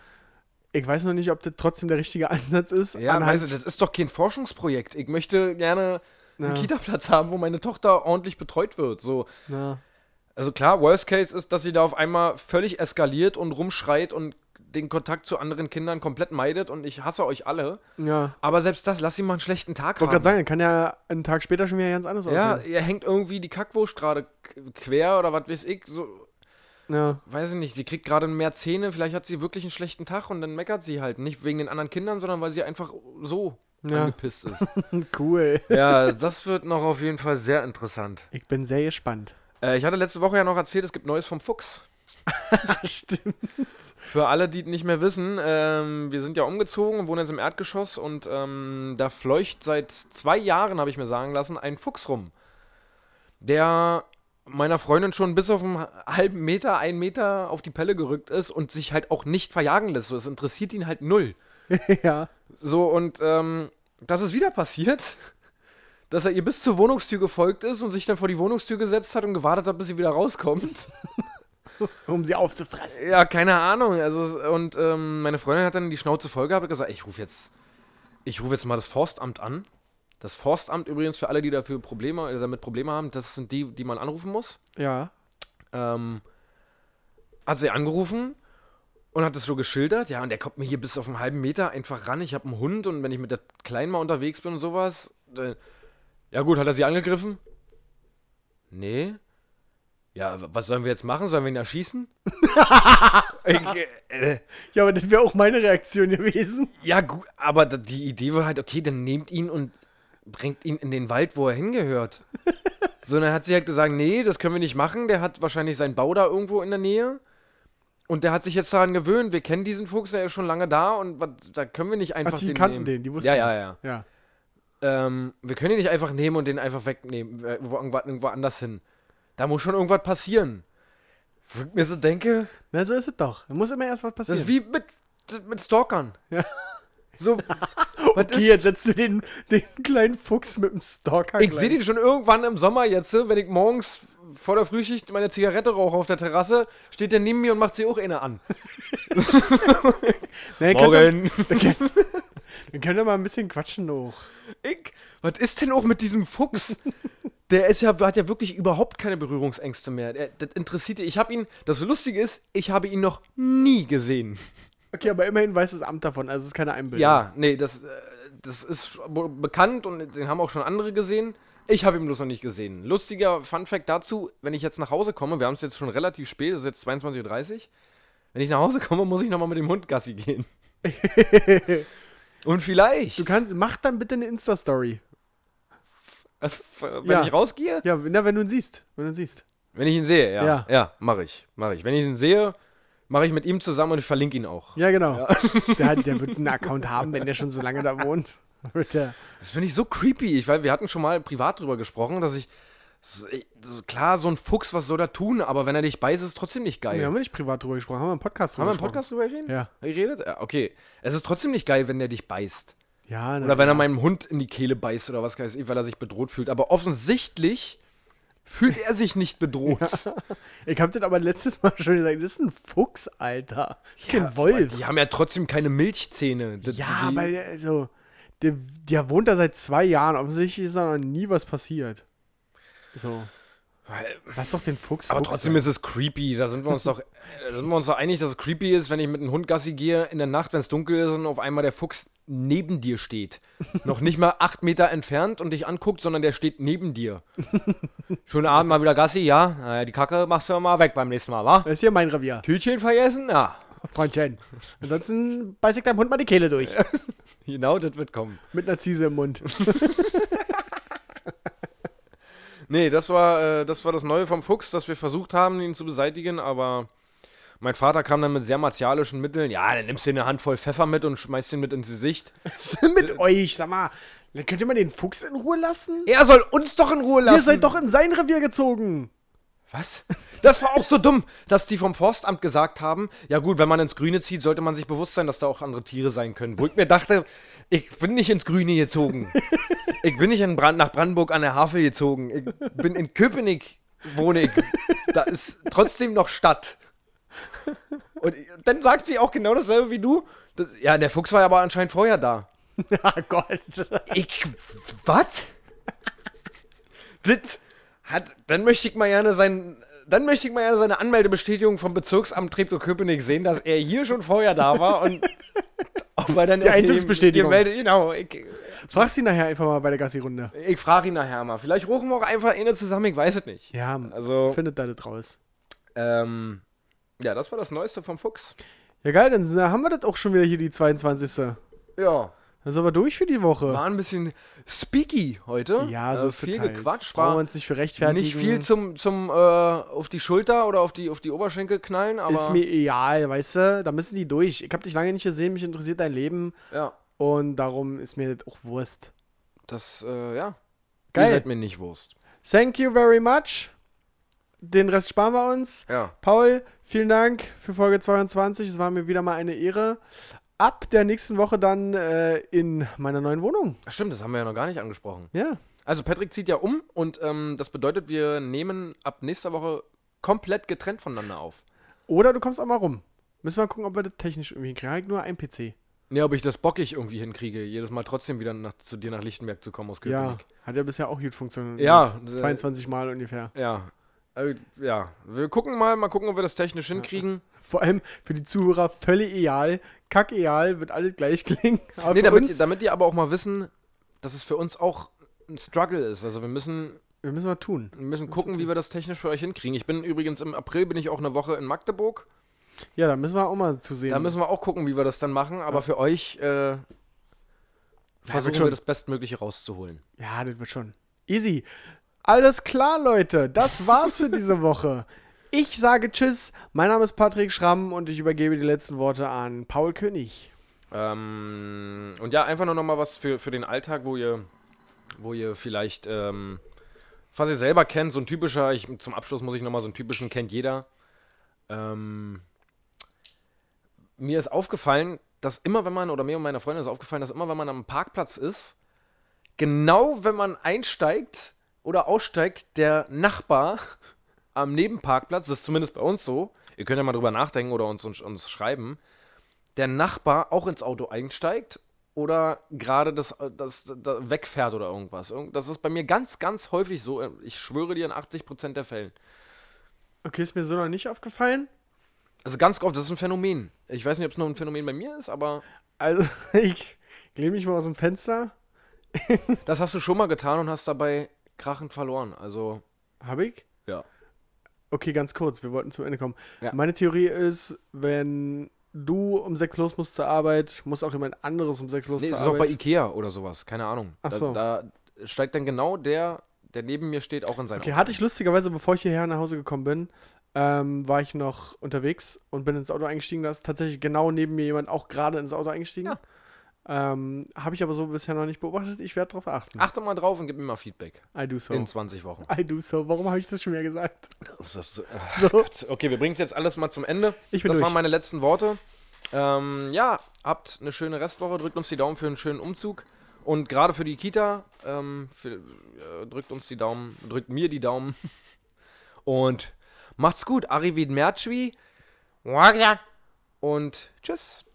S3: Ich weiß noch nicht, ob das trotzdem der richtige [laughs] Ansatz ist.
S2: ja,
S3: anhand-
S2: also, das ist doch kein Forschungsprojekt. Ich möchte gerne einen
S3: Ja.
S2: Kita-Platz haben, wo meine Tochter ordentlich betreut wird. So,
S3: Na,
S2: Also klar, Worst Case ist, dass sie da auf einmal völlig eskaliert und rumschreit und den Kontakt zu anderen Kindern komplett meidet und ich hasse euch alle.
S3: ja.
S2: Aber selbst das, lass sie mal einen schlechten Tag
S3: Ich wollte
S2: haben.
S3: gerade sagen, also- dann kann ja einen Tag später schon wieder ganz anders
S2: ja,
S3: aussehen.
S2: ihr hängt irgendwie die Kackwurst gerade k- quer oder was weiß ich. So,
S3: Ja.
S2: weiß ich nicht, sie kriegt gerade mehr Zähne, vielleicht hat sie wirklich einen schlechten Tag und dann meckert sie halt. Nicht wegen den anderen Kindern, sondern weil sie einfach so
S3: Ja.
S2: angepisst ist.
S3: Cool.
S2: ja, das wird noch auf jeden Fall sehr interessant.
S3: [laughs] Ich bin sehr [laughs] gespannt.
S2: Äh, ich hatte letzte Woche ja noch erzählt, es gibt Neues vom Fuchs.
S3: Stimmt.
S2: Für alle, die nicht mehr wissen, ähm, wir sind ja umgezogen und wohnen jetzt im Erdgeschoss und ähm, da fleucht seit zwei Jahren, habe ich mir sagen lassen, ein Fuchs rum, der meiner Freundin schon bis auf einen halben Meter, einen Meter auf die Pelle gerückt ist und sich halt auch nicht verjagen lässt. So, es interessiert ihn halt null.
S3: ja.
S2: So, und ähm, das ist wieder passiert, [laughs] dass er ihr bis zur Wohnungstür gefolgt ist und sich dann vor die Wohnungstür gesetzt hat und gewartet hat, bis sie wieder rauskommt.
S3: Um sie aufzufressen.
S2: Ja, keine Ahnung. Also, und ähm, meine Freundin hat dann die Schnauze voll gehabt und gesagt, ich rufe jetzt, ich rufe jetzt mal das Forstamt an. Das Forstamt übrigens für alle, die dafür Probleme, äh, damit Probleme haben, das sind die, die man anrufen muss.
S3: Ja.
S2: Ähm, hat sie angerufen und hat das so geschildert. Ja, und der kommt mir hier bis auf einen halben Meter einfach ran. Ich habe einen Hund und wenn ich mit der Kleinen mal unterwegs bin und sowas. Dann, ja, gut, hat er sie angegriffen? Nee. Ja, wa- was sollen wir jetzt machen? Sollen wir ihn erschießen?
S3: Ja, aber das wäre auch meine Reaktion gewesen.
S2: Ja, gut, aber da- die Idee war halt, okay, dann nehmt ihn und bringt ihn in den Wald, wo er
S3: [laughs]
S2: hingehört. so, dann hat sie halt gesagt, nee, das können wir nicht machen. Der hat wahrscheinlich seinen Bau da irgendwo in der Nähe. Und der hat sich jetzt daran gewöhnt. Wir kennen diesen Fuchs, der ist schon lange da und was, da können wir nicht einfach
S3: Ach, die
S2: den
S3: kannten
S2: nehmen.
S3: den, die wussten
S2: Ja, ja, ja.
S3: Ja.
S2: Ähm, wir können ihn nicht einfach nehmen und den einfach wegnehmen, äh, irgendwo, irgendwo irgendwo anders hin. Da muss schon irgendwas passieren. Wo ich mir so denke,
S3: Na, so ist es doch. Da muss immer erst was
S2: das
S3: passieren.
S2: ist wie mit, mit Stalkern.
S3: Ja. [laughs]
S2: So, was
S3: Okay, jetzt setzt du den, den kleinen Fuchs mit dem Stalker
S2: Ich sehe den schon irgendwann im Sommer jetzt, wenn ich morgens vor der Frühschicht meine Zigarette rauche auf der Terrasse, steht der neben mir und macht sie auch eine [laughs] an.
S3: Nee, Morgen. Dann können wir mal ein bisschen quatschen noch.
S2: [laughs] Ich, was ist denn auch mit diesem Fuchs? Der ist ja, hat ja wirklich überhaupt keine Berührungsängste mehr. Der, das interessiert ihn. Ich habe ihn, das Lustige ist, ich habe ihn noch nie gesehen.
S3: Okay, aber immerhin weiß das Amt davon, also es ist keine Einbildung.
S2: Ja, nee, das, äh, das ist be- bekannt und den haben auch schon andere gesehen. Ich habe ihn bloß noch nicht gesehen. Lustiger Funfact dazu, wenn ich jetzt nach Hause komme, wir haben es jetzt schon relativ spät, es ist jetzt 22.30 Uhr. Wenn ich nach Hause komme, muss ich nochmal mit dem Hund Gassi
S3: [laughs]
S2: gehen. und vielleicht,
S3: Du kannst, mach dann bitte eine Insta-Story.
S2: äh, wenn
S3: Ja.
S2: ich rausgehe,
S3: Ja, na, wenn du ihn siehst. Wenn du ihn siehst.
S2: wenn ich ihn sehe, ja.
S3: Ja.
S2: Ja, mache ich, mache ich. Wenn ich ihn sehe, mache ich mit ihm zusammen und ich verlinke ihn auch.
S3: Ja, genau. [laughs] Der, hat, der wird einen Account haben, wenn der schon so lange da
S2: [laughs]
S3: wohnt. Wird der.
S2: Das finde ich so creepy. Ich, weil wir hatten schon mal privat drüber gesprochen, dass ich. Das ist, eh- das ist klar, so ein Fuchs, was soll er tun? Aber wenn er dich beißt, ist es trotzdem nicht geil.
S3: Wir haben wir nicht privat drüber gesprochen, haben wir im Podcast
S2: Haben
S3: drüber
S2: wir im
S3: gesprochen.
S2: Podcast drüber geredet?
S3: Ja.
S2: Geredet? Ja, okay. Es ist trotzdem nicht geil, wenn der dich beißt.
S3: Ja, ne. na,
S2: Oder wenn er meinem Hund in die Kehle beißt oder was weiß ich, weil er sich bedroht fühlt. Aber offensichtlich fühlt er sich nicht bedroht.
S3: Ich hab das aber letztes Mal [laughs] schon gesagt, das ist ein Fuchs, Alter. Das ist kein Wolf.
S2: Die haben ja trotzdem keine Milchzähne. Das-
S3: Ja,
S2: die,
S3: aber also, der, der wohnt da seit zwei Jahren. Offensichtlich ist da noch nie was passiert. So.
S2: Weil-
S3: Lass doch den Fuchs.
S2: Aber
S3: Fuchs
S2: trotzdem
S3: sein.
S2: ist es creepy. Da sind wir uns doch, [laughs] da sind wir uns doch einig, dass es creepy ist, wenn ich mit einem Hund Gassi gehe in der Nacht, wenn es dunkel ist und auf einmal der Fuchs neben dir steht. Noch nicht mal acht Meter entfernt und dich anguckt, sondern der steht neben dir. Schönen Abend, mal wieder Gassi, ja. Naja, die Kacke machst du mal weg beim nächsten Mal, wa?
S3: Das ist hier mein Revier,
S2: Tütchen vergessen? Ja.
S3: Freundchen. Ansonsten beiß ich deinem Hund mal die Kehle durch.
S2: Genau, das wird kommen.
S3: Mit einer Ziese im Mund. [laughs]
S2: Nee, das war, äh, das war das Neue vom Fuchs, dass wir versucht haben, ihn zu beseitigen, aber mein Vater kam dann mit sehr martialischen Mitteln. Ja, dann nimmst du dir eine Handvoll Pfeffer mit und schmeißt ihn mit ins Gesicht.
S3: Mit euch, sag mal. Dann könnt ihr mal den Fuchs in Ruhe lassen?
S2: Er soll uns doch in Ruhe lassen.
S3: Ihr seid doch in sein Revier gezogen. [laughs]
S2: Was? Das war auch so dumm, dass die vom Forstamt gesagt haben, ja gut, wenn man ins Grüne zieht, sollte man sich bewusst sein, dass da auch andere Tiere sein können. Wo ich mir dachte, ich bin nicht ins Grüne
S3: [laughs]
S2: gezogen. Ich bin nicht in Brand nach Brandenburg an der Havel gezogen. Ich bin in Köpenick wohne ich. Da ist trotzdem noch Stadt. Und dann sagt sie auch genau dasselbe wie du. Das, ja, der Fuchs war ja aber anscheinend vorher da.
S3: Ah
S2: [laughs]
S3: Gott.
S2: Ich. Was? das hat. Dann möchte ich mal gerne sein. Dann möchte ich mal gerne seine Anmeldebestätigung vom Bezirksamt Treptow-Köpenick sehen, dass er hier schon vorher da war
S3: [laughs]
S2: und. Auch weil dann
S3: Die Einzugsbestätigung.
S2: gemeldet- Genau. Ich,
S3: Frag sie nachher einfach mal bei der Gassi-Runde.
S2: ich frage ihn nachher mal. Vielleicht rufen wir auch einfach eine zusammen, ich weiß es nicht.
S3: Ja,
S2: Also,
S3: findet da das raus.
S2: ähm, ja, das war das Neueste vom Fuchs.
S3: Ja, geil, dann sind- haben wir das auch schon wieder hier, die 22.
S2: Ja,
S3: Dann sind wir durch für die Woche.
S2: war ein bisschen speaky heute.
S3: Ja, so
S2: Äh,
S3: ist
S2: viel
S3: das halt.
S2: gequatscht.
S3: Brauchen
S2: War,
S3: wir uns nicht für rechtfertigen.
S2: Nicht viel zum, zum äh, auf die Schulter oder auf die, auf die Oberschenkel knallen, aber.
S3: Ist mir egal, weißt du? Da müssen die durch. Ich hab dich lange nicht gesehen, mich interessiert dein Leben
S2: ja,
S3: und darum ist mir das auch Wurst.
S2: das, äh, ja.
S3: Geil.
S2: Ihr seid mir nicht Wurst.
S3: Thank you very much. Den Rest sparen wir uns.
S2: Ja.
S3: Paul, vielen Dank für Folge 22. Es war mir wieder mal eine Ehre. Ab der nächsten Woche dann äh, in meiner neuen Wohnung.
S2: Ach, stimmt, das haben wir ja noch gar nicht angesprochen.
S3: Ja.
S2: Also, Patrick zieht ja um und ähm, das bedeutet, wir nehmen ab nächster Woche komplett getrennt voneinander auf.
S3: Oder du kommst auch mal rum. Müssen wir mal gucken, ob wir das technisch irgendwie hinkriegen. Halt nur ein PC.
S2: Ja, ob ich das bockig irgendwie hinkriege, jedes Mal trotzdem wieder nach, zu dir nach Lichtenberg zu kommen aus
S3: Ja.
S2: Köpenick.
S3: Hat ja bisher auch gut funktioniert.
S2: Ja, äh,
S3: 22 Mal ungefähr.
S2: Ja. Äh, ja. Wir gucken mal, mal gucken, ob wir das technisch hinkriegen.
S3: Vor allem für die Zuhörer völlig egal. Kack egal, wird alles gleich [laughs] klingen. Aber
S2: Nee,
S3: für
S2: damit,
S3: uns,
S2: damit ihr aber auch mal wissen, dass es für uns auch ein Struggle ist. Also wir müssen,
S3: wir müssen was tun.
S2: wir müssen gucken, wie wir das technisch für euch hinkriegen. Ich bin übrigens im April bin ich auch eine Woche in Magdeburg.
S3: Ja, da müssen wir auch mal zusehen.
S2: Da müssen wir auch gucken, wie wir das dann machen. Aber für euch äh, versuchen
S3: schon.
S2: wir das Bestmögliche rauszuholen.
S3: ja, das wird schon. Easy. Alles klar, Leute. Das war's
S2: [laughs]
S3: für diese Woche. Ich sage Tschüss. Mein Name ist Patrick Schramm und ich übergebe die letzten Worte an Paul König.
S2: Ähm, und ja, einfach nur nochmal was für, für den Alltag, wo ihr, wo ihr vielleicht, ähm, was ihr selber kennt, so ein typischer, ich, zum Abschluss muss ich nochmal so einen typischen, kennt jeder. Ähm, mir ist aufgefallen, dass immer wenn man, oder mir und meiner Freundin ist aufgefallen, dass immer wenn man am Parkplatz ist, genau wenn man einsteigt oder aussteigt, der Nachbar [laughs] am Nebenparkplatz, das ist zumindest bei uns so, ihr könnt ja mal drüber nachdenken oder uns, uns, uns schreiben, der Nachbar auch ins Auto einsteigt oder gerade das, äh, das, da wegfährt oder irgendwas. Irgend- Das ist bei mir ganz, ganz häufig so. Ich schwöre dir in 80% der Fällen.
S3: Okay, ist mir so noch nicht aufgefallen.
S2: Also ganz oft, das ist ein Phänomen. Ich weiß nicht, ob es nur ein Phänomen bei mir ist, aber
S3: Also, [laughs] ich lehne mich mal aus dem Fenster.
S2: Das hast du schon mal getan und hast dabei krachend verloren. Also,
S3: Hab ich?
S2: ja.
S3: Okay, ganz kurz, wir wollten zum Ende kommen.
S2: Ja.
S3: Meine Theorie ist, wenn du um sechs los musst zur Arbeit, muss auch jemand anderes um sechs los
S2: Nee,
S3: zur
S2: das ist auch bei
S3: Arbeit.
S2: Ikea oder sowas. Keine Ahnung.
S3: Ach
S2: da,
S3: so.
S2: da steigt dann genau der, der neben mir steht, auch in sein
S3: Okay,
S2: Auto.
S3: hatte ich lustigerweise, bevor ich hierher nach Hause gekommen bin, ähm, war ich noch unterwegs und bin ins Auto eingestiegen. Da ist tatsächlich genau neben mir jemand auch gerade ins Auto eingestiegen.
S2: Ja.
S3: Ähm, Habe ich aber so bisher noch nicht beobachtet. Ich werde darauf achten.
S2: Achte mal drauf und gib mir mal Feedback.
S3: I do so.
S2: In 20 Wochen.
S3: I do so. Warum habe ich das schon
S2: [laughs]
S3: wieder gesagt?
S2: Das ist,
S3: So.
S2: Okay, wir bringen es jetzt alles mal zum Ende.
S3: Ich bin
S2: das
S3: durch.
S2: waren meine letzten Worte. Ähm, ja, habt eine schöne Restwoche, drückt uns die Daumen für einen schönen Umzug. Und gerade für die Kita, ähm, für, äh, drückt uns die Daumen, drückt mir die Daumen. [laughs] Und macht's gut. Arrivederci. Und tschüss.